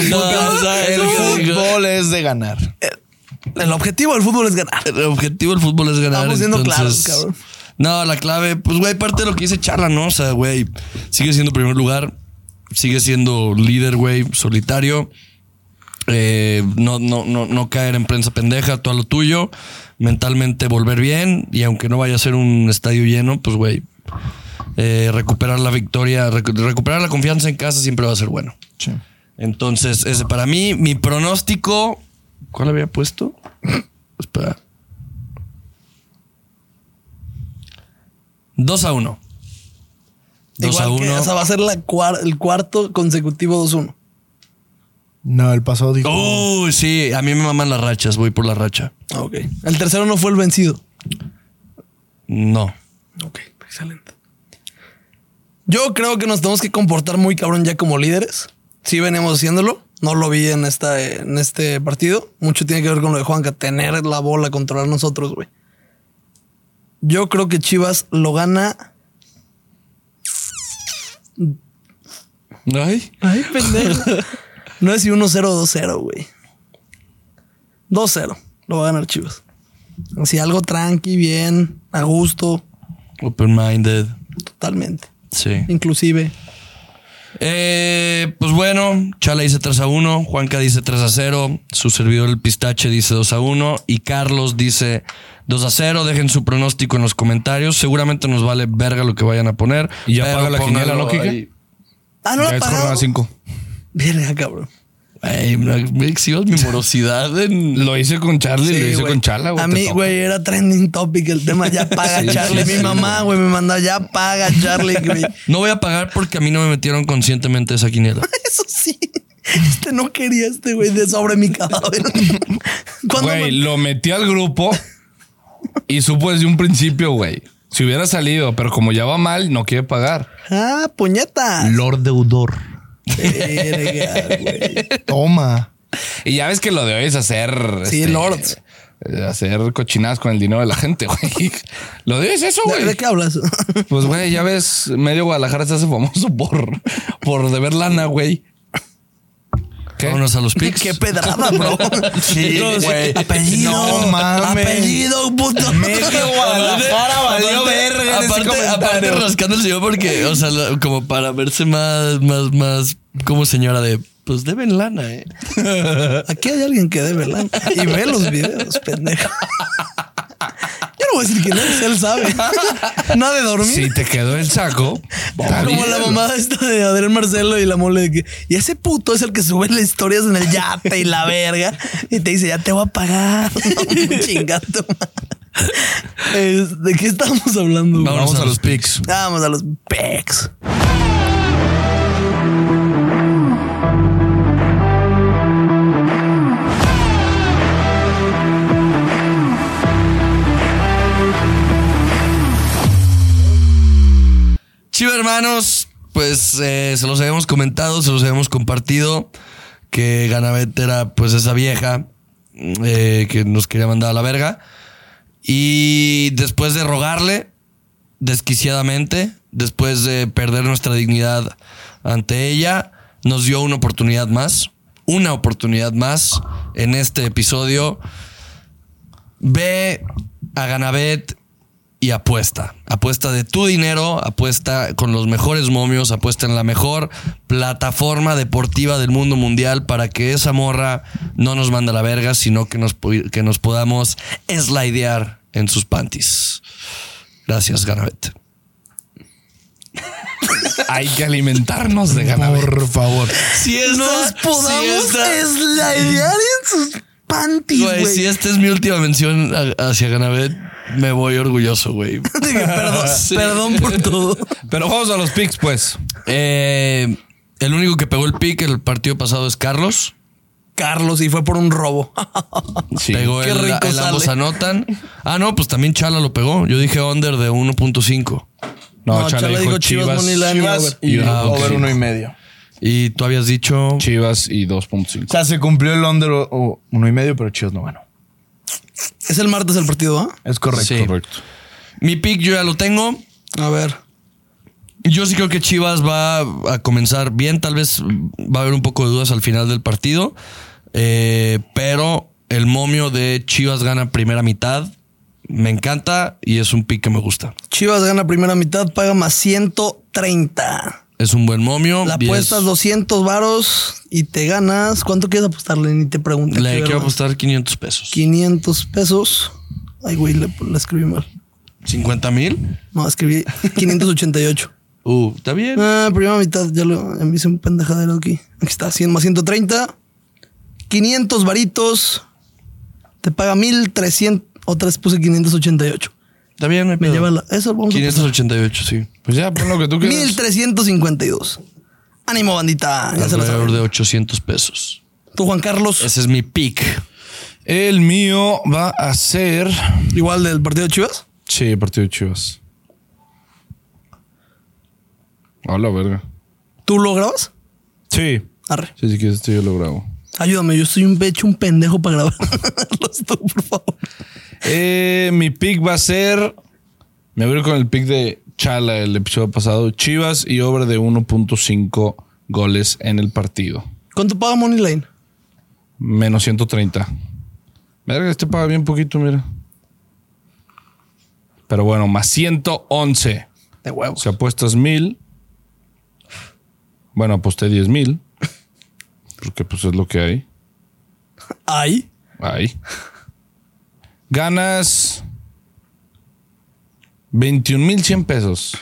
No, o sea, el el, fútbol es de ganar. El objetivo del fútbol es ganar. el objetivo del fútbol es ganar. Estamos siendo claros, entonces- cabrón. No, la clave, pues, güey, parte de lo que dice Charla, ¿no? O sea, güey, sigue siendo primer lugar, sigue siendo líder, güey, solitario. Eh, no, no, no, no caer en prensa pendeja, todo lo tuyo. Mentalmente volver bien. Y aunque no vaya a ser un estadio lleno, pues, güey, eh, recuperar la victoria, recu- recuperar la confianza en casa siempre va a ser bueno. Entonces, ese para mí, mi pronóstico. ¿Cuál había puesto? Espera. 2 a 1. 2 a Igual que, 1. o sea, va a ser la cuar- el cuarto consecutivo 2-1. No, el pasado dijo. Uy, sí, a mí me maman las rachas, voy por la racha. Ah, Ok. El tercero no fue el vencido. No. Ok, excelente. Yo creo que nos tenemos que comportar muy cabrón ya como líderes. Sí venimos haciéndolo. No lo vi en, esta, eh, en este partido. Mucho tiene que ver con lo de Juanca. Tener la bola, controlar nosotros, güey. Yo creo que Chivas lo gana. Ay. Ay, pendejo. no es si 1-0 o 2-0, güey. 2-0. Lo va a ganar Chivas. Así algo tranqui, bien, a gusto, Open-minded. totalmente. Sí. Inclusive. Eh, pues bueno, Chala dice 3 a 1, Juanca dice 3 a 0, su servidor el pistache dice 2 a 1 y Carlos dice 2 a 0. Dejen su pronóstico en los comentarios. Seguramente nos vale verga lo que vayan a poner. Y ya pero paga la pónganlo quiniela, ¿no, Kike? ahí. Ah, no, Ya la es jornada pagaron. 5. Verga, cabrón. Ey, no me exhibas mi morosidad en... Lo hice con Charlie, Sí, lo hice güey. con Chala, güey. A te mí, toca. güey, era trending topic el tema. Ya paga Charlie. Mi mamá, güey, me mandaba ya paga Charlie, güey. No voy a pagar porque a mí no me metieron conscientemente esa quiniela. Eso sí. Este no quería este, güey, de sobre mi cadáver. Cuando Güey, me- lo metí al grupo y supo desde un principio, güey. Si hubiera salido, pero como ya va mal, no quiere pagar. Ah, puñeta. Lord deudor. Verga, güey. Toma. Y ya ves que lo de hoy es hacer. Sí, lords. eh, Hacer cochinadas con el dinero de la gente, güey. Lo de hoy es eso, ¿De, de güey. qué hablas? Pues, güey, ya ves, medio Guadalajara se hace famoso por, por deber lana, güey. ¿Qué? Vámonos a los pics. Qué pedrada, bro. Sí, Los- güey. Apellido. No mames. Apellido, puto. Guadalajara valió verga en ese Aparte, comentario. aparte rascándose yo porque, o sea, la- como para verse más, más, más como señora de, pues deben lana, eh. Aquí hay alguien que debe lana y ve los videos, pendejo. Yo no voy a decir quién es, él sabe. No ha de dormir. Si te quedó el saco, está Como bien. la mamada esta de Adrián Marcelo y la mole de que. Y ese puto es el que sube las historias en el yate y la verga. Y te dice, ya te voy a pagar. No, chinga tu madre. Eh, ¿De qué estamos hablando? güey? Vámonos a los picks. Vamos a los pecs. Chiva, hermanos, pues eh, se los habíamos comentado, se los habíamos compartido que Ganabet era pues esa vieja eh, que nos quería mandar a la verga. Y después de rogarle desquiciadamente, después de perder nuestra dignidad ante ella, nos dio una oportunidad más, una oportunidad más en este episodio. Ve a Ganabet y apuesta. Apuesta de tu dinero, apuesta con los mejores momios, apuesta en la mejor plataforma deportiva del mundo mundial para que esa morra no nos manda la verga, sino que nos, pu- que nos podamos slidear en sus panties. Gracias, Ganabet. Hay que alimentarnos de ganabet. Por favor. Si Nos podamos slidear en sus panties, Güey, güey. si esta es mi última mención a- hacia Ganabet, me voy orgulloso, güey. Dije, perdón, perdón por todo. Pero vamos a los picks, pues. Eh, el único que pegó el pick el partido pasado es Carlos. Carlos, y fue por un robo. Pegó Qué el, rico el sale. ambos anotan. Ah, no, pues también Chala lo pegó. Yo dije under de 1.5. No, No, Chala Chala dijo dijo Chivas, Chivas, Money Chivas, Line. Chivas y Ah, ok. over uno y medio. Y tú habías dicho... y O 2.5. sea, se cumplió el under o- o uno y medio, pero Chivas no ganó. Es el martes el partido, ¿ah? Es correcto. Sí. Correcto. Mi pick yo ya lo tengo. A ver. Yo sí creo que Chivas va a comenzar bien. Tal vez va a haber un poco de dudas al final del partido. Eh, pero el momio de Chivas gana primera mitad. Me encanta y es un pick que me gusta. Chivas gana primera mitad, paga más 130. Es un buen momio. La y es- apuestas 200 varos y te ganas. ¿Cuánto quieres apostarle? Ni te pregunté. Le aquí, quiero ¿verdad? apostar 500 pesos. 500 pesos. Ay, güey, le, le escribí mal. 50 mil. No, escribí 588. Uh, está bien. Ah, primera mitad, ya lo ya me hice un pendejadero aquí. Aquí está, 100 más 130. 500 varitos. Te paga 1300. Otra vez puse 588. Está bien, no hay Me pedo. lleva la. pues. Eso vamos a 588, sí. Pues ya, pon lo que tú apostar. quieras. 1352. Ánimo, bandita. Ya se lo Alrededor saben. de 800 pesos. Tú, Juan Carlos, Ese es mi pick. El mío va a ser. igual del partido de Chivas. Sí, partido de Chivas. Hola, verga. ¿Tú lo grabas? Sí. Arre. Sí, si quieres, esto yo lo grabo. Ayúdame, yo estoy un pecho, un pendejo para grabar. Hazlo tú, por favor. Eh, mi pick va a ser. Me voy a ir con el pick de Chala el episodio pasado. Chivas y obra de 1.5 goles en el partido. ¿Cuánto paga Money Line? Menos 130. Verga, este paga bien poquito, mira. Pero bueno, más 111. De huevos. Si apuestas mil. Bueno, aposté 10 mil. Porque pues es lo que hay. Ay, Ahí. Ganas 21,100 pesos.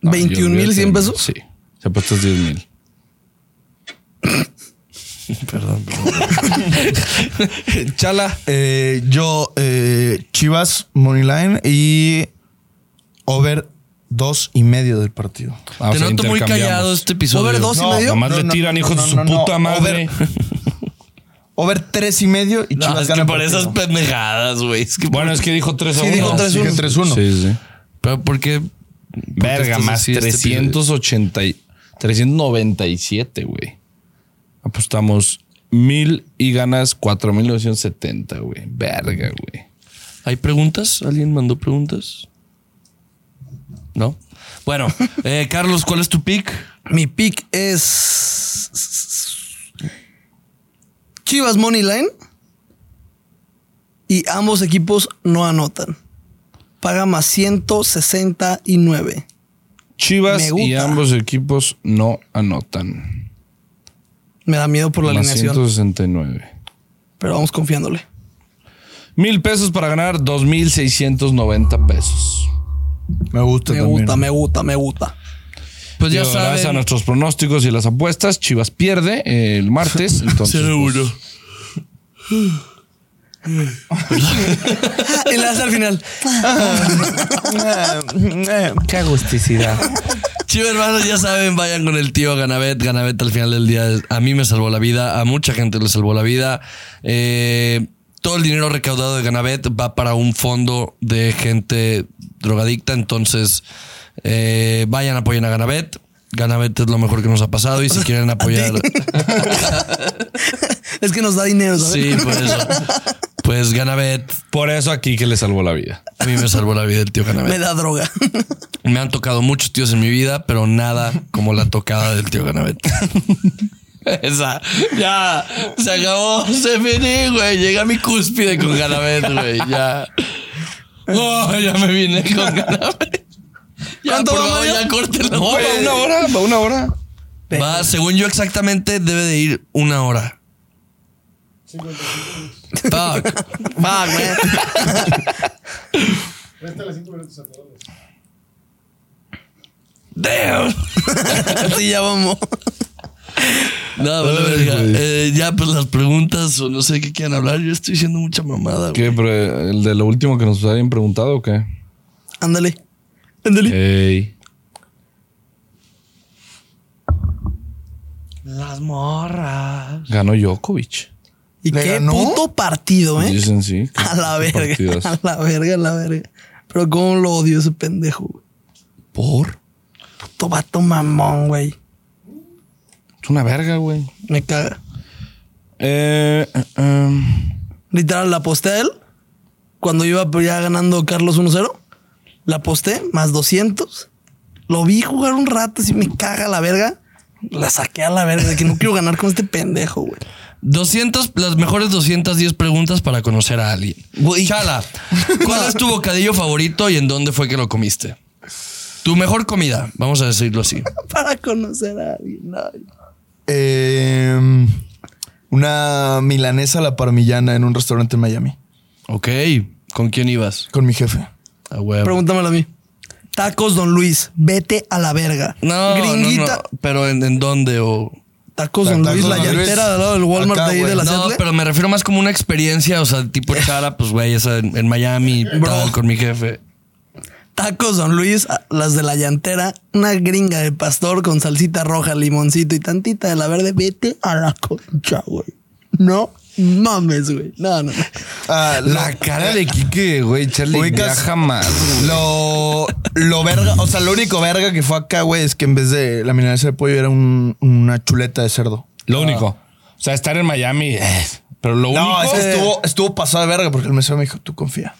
No, yo 21,100 olvídate, pesos. Sí. Se apuestas 10,000. perdón. Chala. Eh, yo, eh, Chivas, Moneyline y over dos y medio del partido. Vamos Te a noto muy Ah, intercambiamos. callado este episodio. Over dos y medio. Nomás No, le no, tiran, no, hijos no, de su no, no. puta madre. Over tres y medio y No, Chivas es gana que el por esas partido. pendejadas, güey. Es que Bueno, es que dijo 3 a 1. Sí, dijo tres a Dije uno. 3-1. Sí, sí. Pero porque. Verga, más este 380, y- 397, güey. Apostamos mil y ganas 4,970, güey. Verga, güey. ¿Hay preguntas? ¿Alguien mandó preguntas? No. Bueno, eh, Carlos, ¿cuál es tu pick? mi pick es. Chivas Money Line. Y ambos equipos no anotan. Paga más 169. Chivas Me y gusta. ambos equipos no anotan. Me da miedo por la Más alineación, 169. pero vamos confiándole. Mil pesos para ganar 2,690 pesos. Me gusta Me también. gusta, me gusta, me gusta. Pues ya Digo, Gracias a saben. nuestros pronósticos y las pues, apuestas, Chivas pierde eh, el martes. Entonces, Cero pues, uno. y le das al final. Eh, Qué agusticidad. Chivo hermanos, ya saben, vayan con el tío Ganabet. Ganabet al final del día a mí me salvó la vida, a mucha gente le salvó la vida. Eh, todo el dinero recaudado de Ganabet va para un fondo de gente drogadicta, entonces eh, vayan, apoyen a Ganabet. Ganabet es lo mejor que nos ha pasado y si quieren apoyar... Es que nos da dinero, ¿sabes? Sí, por eso. Pues Ganabet, Por eso aquí que le salvó la vida. a mí me salvó la vida el tío Ganabet. Me da droga. Me han tocado muchos tíos en mi vida, pero nada como la tocada del tío Ganabet. Esa, ya, se acabó, se finí, güey. Llegué a mi cúspide con Ganabet, güey. Ya. Oh, ya me vine con Ganabet. Ya, ¿Cuánto por va, favor, Mario? ya córtelo, Va güey. una hora, va una hora. Va, según yo exactamente, debe de ir una hora. Fuck. Fuck, man. Damn. Así ya vamos. No, vale, verga. Eh, ya, pues las preguntas o no sé qué quieran hablar. Yo estoy diciendo mucha mamada, güey. ¿Qué? Pero, eh, ¿El de lo último que nos habían preguntado o qué? Ándale. Ándale. Ey. Las morras. Ganó Djokovic. ¿Y ¿Le qué ganó? puto partido, eh? Dicen sí. que- A la que verga. partidas. A la verga, a la verga. Pero cómo lo odio ese pendejo, güey. ¿Por? Puto vato mamón, güey. Es una verga, güey. Me caga. Eh, eh, eh. Literal, la aposté a él. Cuando iba ya ganando Carlos 1-0. La aposté, más 200. Lo vi jugar un rato, así me caga la verga. La saqué a la verga, de que no quiero ganar con este pendejo, güey. 200, las mejores 210 preguntas para conocer a alguien. Güey. Chala, ¿cuál es tu bocadillo favorito y en dónde fue que lo comiste? Tu mejor comida, vamos a decirlo así. Para conocer a alguien. ay. Eh, una milanesa a la parmillana en un restaurante en Miami Ok, ¿con quién ibas? con mi jefe. A huevo. Pregúntamelo a mí. Tacos Don Luis, vete a la verga. No, gringuita. no, no, pero ¿en, en dónde o...? Tacos Don Tacos Luis, la Don Luis. llantera del lado del Walmart Acá, de ahí de güey. la No, Cetle. pero me refiero más como una experiencia, o sea, tipo Chala, pues güey, esa en, en Miami, tal, con mi jefe. Tacos Don Luis, a- las de la llantera, una gringa de pastor con salsita roja, limoncito y tantita de la verde. Vete a la concha, güey. No mames, güey. No, no. Ah, La cara de Quique, güey, Charlie. Ubicas- Ya jamás. Lo, lo verga, o sea, lo único verga que fue acá, güey, es que en vez de la milanesa de pollo era un- una chuleta de cerdo. Lo único. O sea, estar en Miami. eh, Pero lo No, es único. que estuvo, estuvo pasado de verga porque el mesero me dijo, tú confía.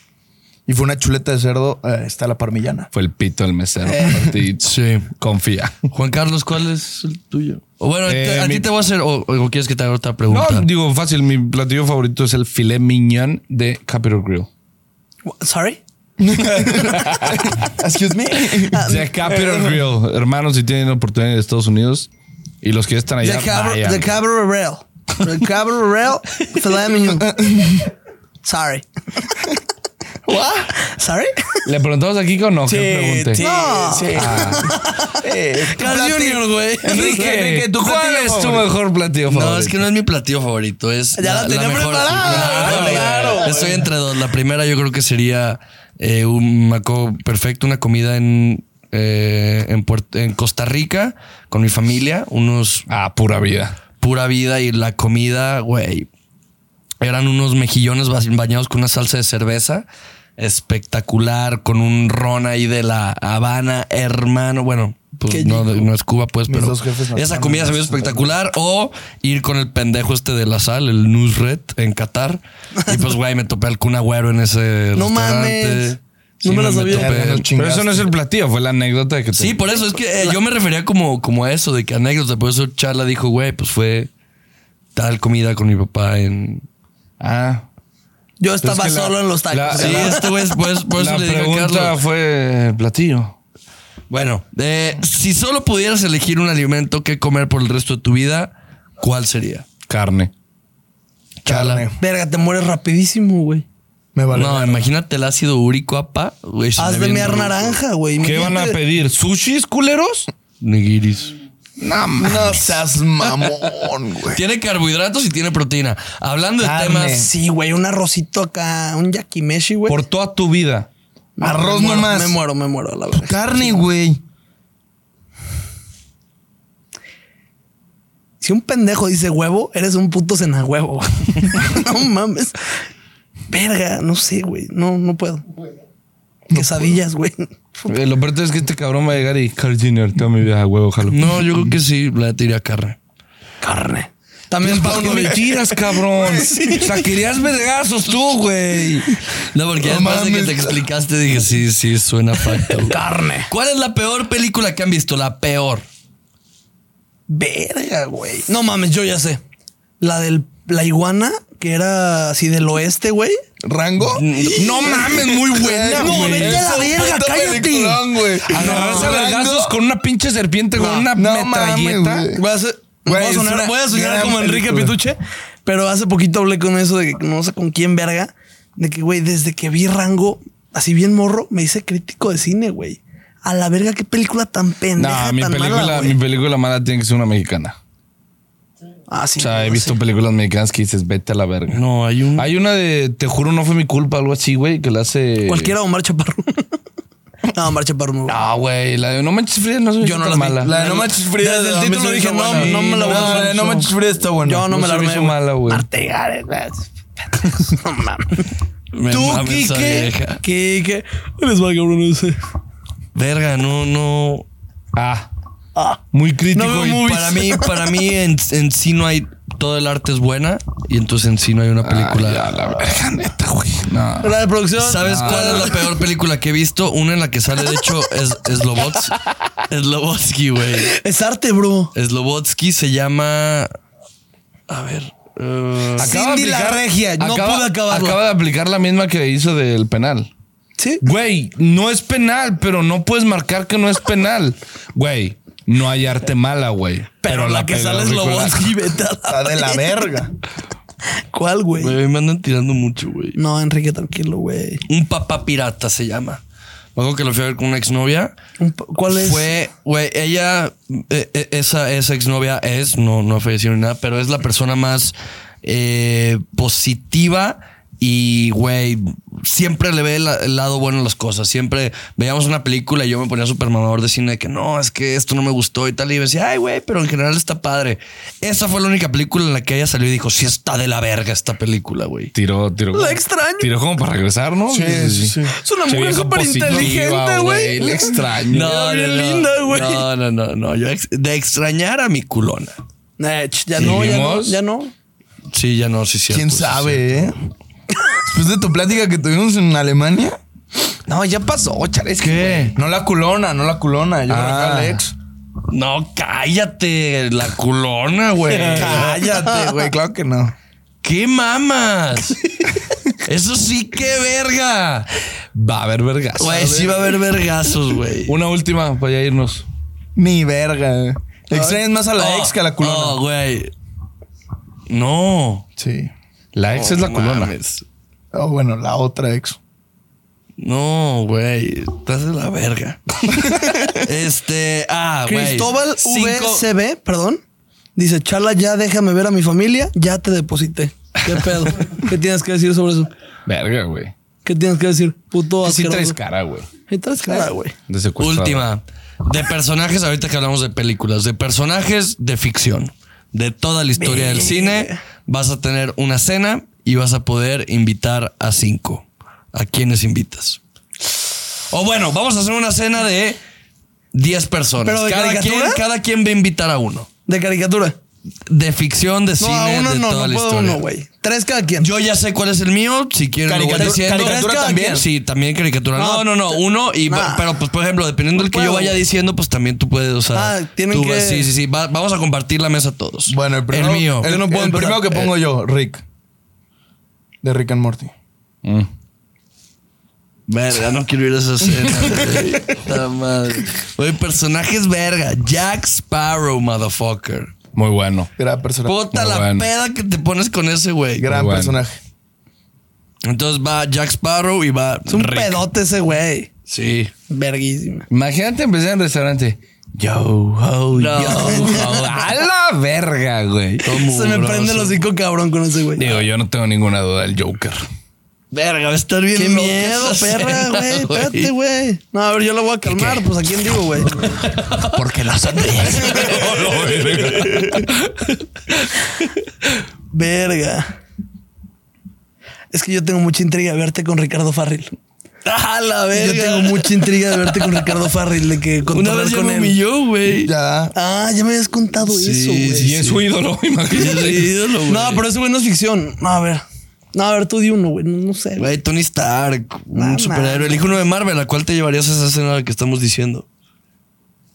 Y fue una chuleta de cerdo, eh, está la parmillana. Fue el pito del mesero. Martí. Sí. Confía. Juan Carlos, ¿cuál es el tuyo? O bueno, Eh, te- a mi- ti te voy a hacer, o, o quieres que te haga otra No, pregunta. digo fácil. Mi platillo favorito es el filet mignon de Capital Grill. Wha- Sorry. Excuse me. Ah, Um, The eh, Capital Grill. Hermanos, si tienen oportunidad en Estados Unidos y los que están allá, The, cabra, vayan. the Cabra Rail. The Cabra Rail. filet mignon. Sorry. What? Sorry. ¿Le preguntamos aquí con no? ¿Qué pregunté? No. Ah. Eh, Carl Junior, güey. Enrique, ¿tú cuál es tu mejor platillo favorito? No, es que no es mi platillo favorito. Es Ya la tenía preparada, Claro, claro, güey. Estoy entre dos. La primera yo creo que sería eh, un maco perfecto, una comida en, eh, en, Puert- en Costa Rica con mi familia, unos Ah, pura vida. pura vida y la comida, güey. Eran unos mejillones ba- bañados con una salsa de cerveza espectacular, con un ron ahí de la Habana, hermano. Bueno, pues Qué no, no es Cuba, pues, Mis pero dos jefes no esa están comida en se vio eso. espectacular. O ir con el pendejo este de la sal, el Nusret, en Qatar. Y pues, güey, me topé al Kun Agüero en ese No restaurante. mames. Sí, No me la topé. sabía. Ya nos Pero eso chingaste. no es el platillo, fue la anécdota que te- Sí, por eso es que eh, yo me refería como, como a eso, de que anécdota. Por eso Charla dijo, güey, pues fue tal comida con mi papá en. Ah. Yo estaba Es que la- solo en los tacos. Ah, la- Sí, este güey, pues, por eso la le digo a pregunta Carlos. fue platillo. Bueno, eh, si solo pudieras elegir un alimento que comer por el resto de tu vida, ¿cuál sería? Carne. Chala. Carne. Verga, te mueres rapidísimo, güey. Me vale. No, imagínate el ácido úrico, apa. güey, se Haz de me viene mear rudo. naranja, güey. ¿Qué van a Imagínate- pedir? ¿Sushis, culeros? Nigiris. No, no seas mamón, güey. Tiene carbohidratos y tiene proteína. Hablando de Carne. temas Sí, güey, un arrocito acá, un yakimeshi, güey. Por toda tu vida. No, arroz me muero, nomás. Me muero, me muero, la verdad. Carne, güey. Si un pendejo dice huevo, eres un puto cenahuevo. no mames. Verga, no sé, güey. No, no puedo. Quesadillas, güey. Eh, lo peor es que este cabrón va a llegar y Carl Jr. toda mi vida, güey, ojalá. No, yo creo que sí, la tira carne. Carne. También Pauno. mentiras, cabrón. O sea, querías vergazos tú, güey. No, porque además de que te explicaste, dije, sí, sí, suena facto. güey. Carne. ¿Cuál es la peor película que han visto? La peor. Verga, güey. No mames, yo ya sé. La del la iguana, que era así del oeste, güey. ¿Rango? No mames, muy buena. No, güey. vete a la verga, Puta cállate. peliculón, güey. Agarrarse a Rango. vergazos con una pinche serpiente, con una No mames, metralleta. güey. Voy a, hacer- Güey, voy a es sonar, una voy a sonar gran como Enrique película. Pituche, pero hace poquito hablé con eso de que no sé con quién verga, de que, güey, desde que vi Rango, así bien morro, me hice crítico de cine, güey. A la verga, qué película tan pendeja, No, mi tan película, mala, güey. mi película mala tiene que ser una mexicana. Ah, sí, O sea, he no visto sé. películas mexicanas que dices, vete a la verga. No, hay un. Hay una de Te juro no fue mi culpa, algo así, güey, que la hace. Cualquiera Omar Chaparro. no, Omar Chaparro muy bueno. No, güey, la de No manches frías no soy Yo no tan las vi. mala. La de No Manches Frías. Desde el a mí título se me dije, hizo no, buena. no me la voy a No, hacer. de No Manches Frías está buena. Yo no me se la me armé, hizo güey. mala, güey. Artegares, güey. No mames. Me ¿Tú, mama esa Quique? vieja. Quique. Eres va, cabrón, ese. Verga, no, no. Ah. Muy crítico. Digo, y y para mí, para mí en, en sí no hay. Todo el arte es buena y entonces en sí no hay una película. Ah, ya, la verga, neta, güey. No. La de producción. ¿Sabes cuál es la peor película que he visto? Una en la que sale, de hecho, es Slobots. Slobotsky, güey. Es arte, bro. Slobotsky se llama. A ver. eh, Acaba de Cindy la aplicar- regia, no pude acabarlo. Acaba de aplicar la misma que hizo del penal. Sí. Güey, no es penal, pero no puedes marcar que no es penal. Güey, no hay arte mala, güey. Pero, la, que película- sale es Lobotsky, vete a la Está de la verga. ¿Cuál, güey? güey, me andan tirando mucho, güey. No, Enrique, tranquilo, güey. Un papá pirata se llama. Me acuerdo que lo fui a ver con una exnovia. Un po- ¿Cuál es? Fue, güey, ella, eh, eh, esa, esa exnovia es, no, no falleció ni nada, pero es la persona más eh, positiva y, güey, siempre le ve la- el lado bueno a las cosas. Siempre veíamos una película y yo me ponía súper mamador de cine de que no, es que esto no me gustó y tal. Y yo decía, ay, güey, pero en general está padre. Esa fue la única película en la que ella salió y dijo, sí está de la verga esta película, güey. Tiró, tiró. La extraño. Tiró como para regresar, ¿no? Sí, sí, sí. Es una mujer súper inteligente, güey. La extraño. No, Era bien no, no. linda, güey. No, no, no, no. Yo ex- de extrañar a mi culona. Eh, ch, ya no, ya no, ¿Seguimos? ya no. Sí, ya no, sí, pues, sí. ¿Quién sabe, eh? Después de tu plática que tuvimos en Alemania. No, ya pasó, chales. ¿Qué? No la culona, no la culona. Yo Ah. ah. Alex. No, cállate, la culona, güey. Cállate, güey. Claro que no. ¿Qué mamas? Eso sí, qué verga. Va a haber vergas. Güey, sí va a haber vergazos, güey. Una última para ya irnos. Mi verga. Extrañas más a la Oh, ex que a la culona. Oh, güey. No. Sí. La ex es la culona. Oh, bueno, la otra ex. No, güey. Estás de la verga. este, ah, güey. Cristóbal Cinco- VCB, perdón. Dice, Chala, ya déjame ver a mi familia, ya te deposité. ¿Qué pedo? ¿Qué tienes que decir sobre eso? Verga, güey. ¿Qué tienes que decir? Puto Sí traes asqueroso. cara, güey. Sí traes cara, güey. De Pues secuestrado. Última. De personajes, ahorita que hablamos de películas, de personajes de ficción. De toda la historia del cine, vas a tener una cena y vas a poder invitar a cinco. ¿A quiénes invitas? O bueno, vamos a hacer una cena de 10 personas. ¿Pero de cada, quien, caricatura? cada quien va a invitar a uno. De caricatura. De ficción, de No, cine, a uno de no, toda no la puedo historia. uno, güey. Tres cada quien. Yo ya sé cuál es el mío, si quieren lo voy Caricatura- diciendo. caricatura Tres cada también. quien. Sí, también caricatura. No, No, no, no, te- uno y nah. pero pues por ejemplo, dependiendo No del que yo puedo. vaya diciendo, pues también tú puedes, o sea, Ah, tienen tú que- vas- sí, sí, sí, va- vamos a compartir la mesa todos. Bueno, el primero. mío. El, Yo no puedo el empezar. primero que pongo yo, Rick. De Rick and Morty. Mm. Eh, Verga, no quiero ir a esa cena. güey. Puta madre. Güey, personajes verga. Jack Sparrow, motherfucker. Muy bueno. Gran personaje. Puta Muy la bueno. peda que te pones con ese güey. Gran Muy bueno. personaje. Entonces va Jack Sparrow y va Es un Rick. pedote ese, güey. Sí. Verguísima. Imagínate empezar en el restaurante. oh, Yo, ho, No. yo, ho. A la verga, güey. Se me prende los cinco cabrón con ese güey. Digo, yo no tengo ninguna duda del Joker. Verga, va a estar bien. Qué loca miedo, esa perra, cena, güey. Espérate, güey. No, a ver, yo la voy a calmar. Pues a quién digo, güey. Porque la sonríes. Verga. Es que yo tengo mucha intriga de verte con Ricardo Farril. A la Yo verga. tengo mucha intriga de verte con Ricardo Farril, de que Una contar vez ya con me él. humilló, güey. Ya. Ah, ya me habías contado eso, güey. Y es su ídolo, imagínate. Sí, ídolo, güey. No, pero ese güey no es ficción. No, a ver. No, a ver, tú di uno, güey. No, no sé. Güey, Tony Stark, un Mamá. superhéroe. Elige uno de Marvel, ¿a cuál te llevarías a esa escena de la que estamos diciendo?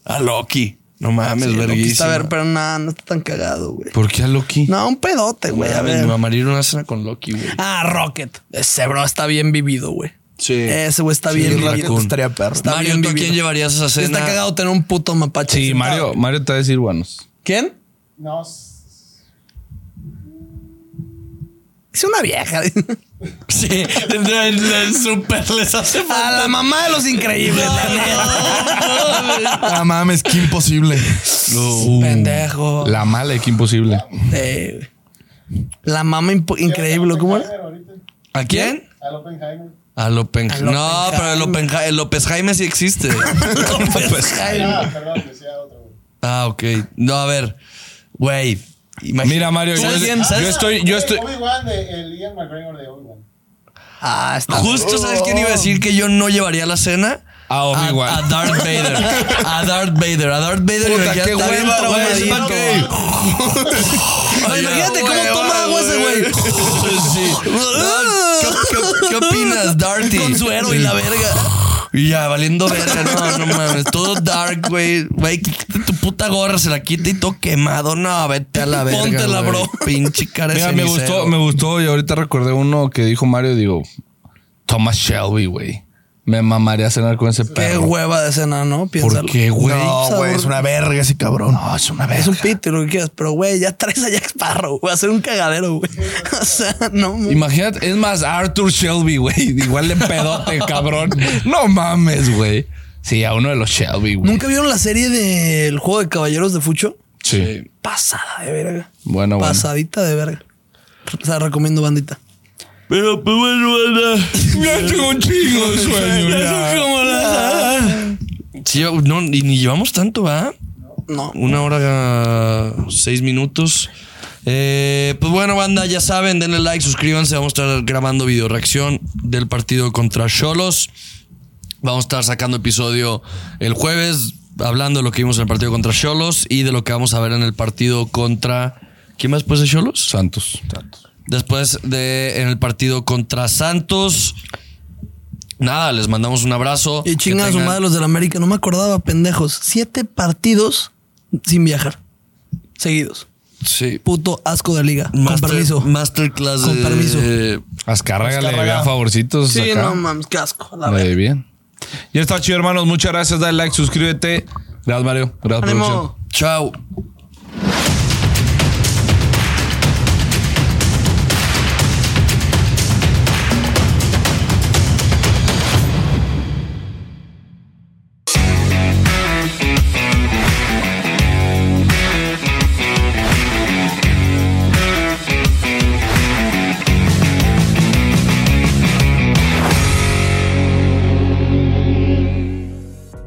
A Loki. No mames, Sí, lo quise verguísima. ver, pero nada, no está tan cagado, güey. ¿Por qué a Loki? No, un pedote, güey. A Mames, ver. me mamaría ir a una escena con Loki, güey. Ah, Rocket. Ese bro está bien vivido, güey. Sí. Ese güey está Sí, bien Rocket vivido. estaría perro. Está Mario, bien ¿tú a vivido. quién llevarías a esa Sí, escena? Está cagado tener un puto mapache. Sí, sentado. Mario, Mario te va a decir buenos. ¿Quién? No. Es una vieja. Sí, el super les hace A la mamá de los increíbles, la neta. Ah, mames, qué imposible. Pendejo. Uh, La mala de que imposible. Eh, la mamá impo- increíble, ¿cómo era? ¿A quién? Al Oppenheimer. Al Oppenheimer. Al No, Oppenheimer. pero el Oppenheimer, el López Jaime sí existe. Pues, Pues, Ah, perdón, decía otro. güey. ah, ok. No, a ver. Güey. imagínate- Mira, Mario, ¿Tú yo, sabes quién? yo ¿Sabes? estoy, yo estoy. Obi-Wan de el Ian McGregor de Obi-Wan. Ah, está. Justo sabes quién iba a decir que yo no llevaría la cena. A Ah, Obi-Wan. A, Darth Vader. A Darth Vader. A Darth Vader. Puta, imagínate, qué está bien hueva, güey, traumadito. es No, Imagínate cómo toma agua ese güey. Sí. No, ¿qué- qué, qué opinas, Darty? Con suero y la verga. Y ya, valiendo verga, no, no mames. Todo dark, güey. Güey, quítate tu puta gorra, se la quita y todo quemado. No, vete a la verga. Póntela, güey. bro. Pinche cara de Mira, me cenicero. gustó, me gustó. Y ahorita recordé uno que dijo Mario, digo, Thomas Shelby, güey. Me mamaría cenar con ese Qué perro. hueva de cena, ¿no? Piénsalo. ¿Por qué, güey? No, güey, es una verga ese cabrón. No, es una Es un pito y lo que quieras, pero güey, ya traes a Jack Sparrow, güey, a ser un cagadero, güey. O sea, no, güey. Imagínate, es más Arthur Shelby, güey. Igual de pedote, cabrón. No mames, güey. Sí, a uno de los Shelby, güey. ¿Nunca vieron la serie del juego de caballeros de Fucho? Sí. Pasada de verga. Bueno, bueno. Pasadita de verga. O sea, recomiendo bandita. Pero pues bueno, banda. Ya tengo un chingo de sueño. ya. Sí, no, y ni llevamos tanto, ¿va? No. Una hora, seis minutos. Eh, pues bueno, banda, ya saben, denle like, suscríbanse. Vamos a estar grabando video reacción del partido contra Cholos. Vamos a estar sacando episodio el jueves, hablando de lo que vimos en el partido contra Cholos y de lo que vamos a ver en el partido contra. ¿Quién más después de Cholos? Santos. Santos. Después de en el partido contra Santos. Nada, les mandamos un abrazo. Y chingan Que a su tengan- madre los del América, no me acordaba, pendejos. Siete partidos sin viajar. Seguidos. Sí. Puto asco de liga. Master- Con permiso. Masterclass. Con de- permiso. Azcárraga le Azcárraga. vean favorcitos. sí, acá. no mames, qué asco. La Muy verga. bien. Ya está chido, hermanos. Muchas gracias. Dale like, suscríbete. Gracias, Mario. Gracias, Ánimo. producción. Chao.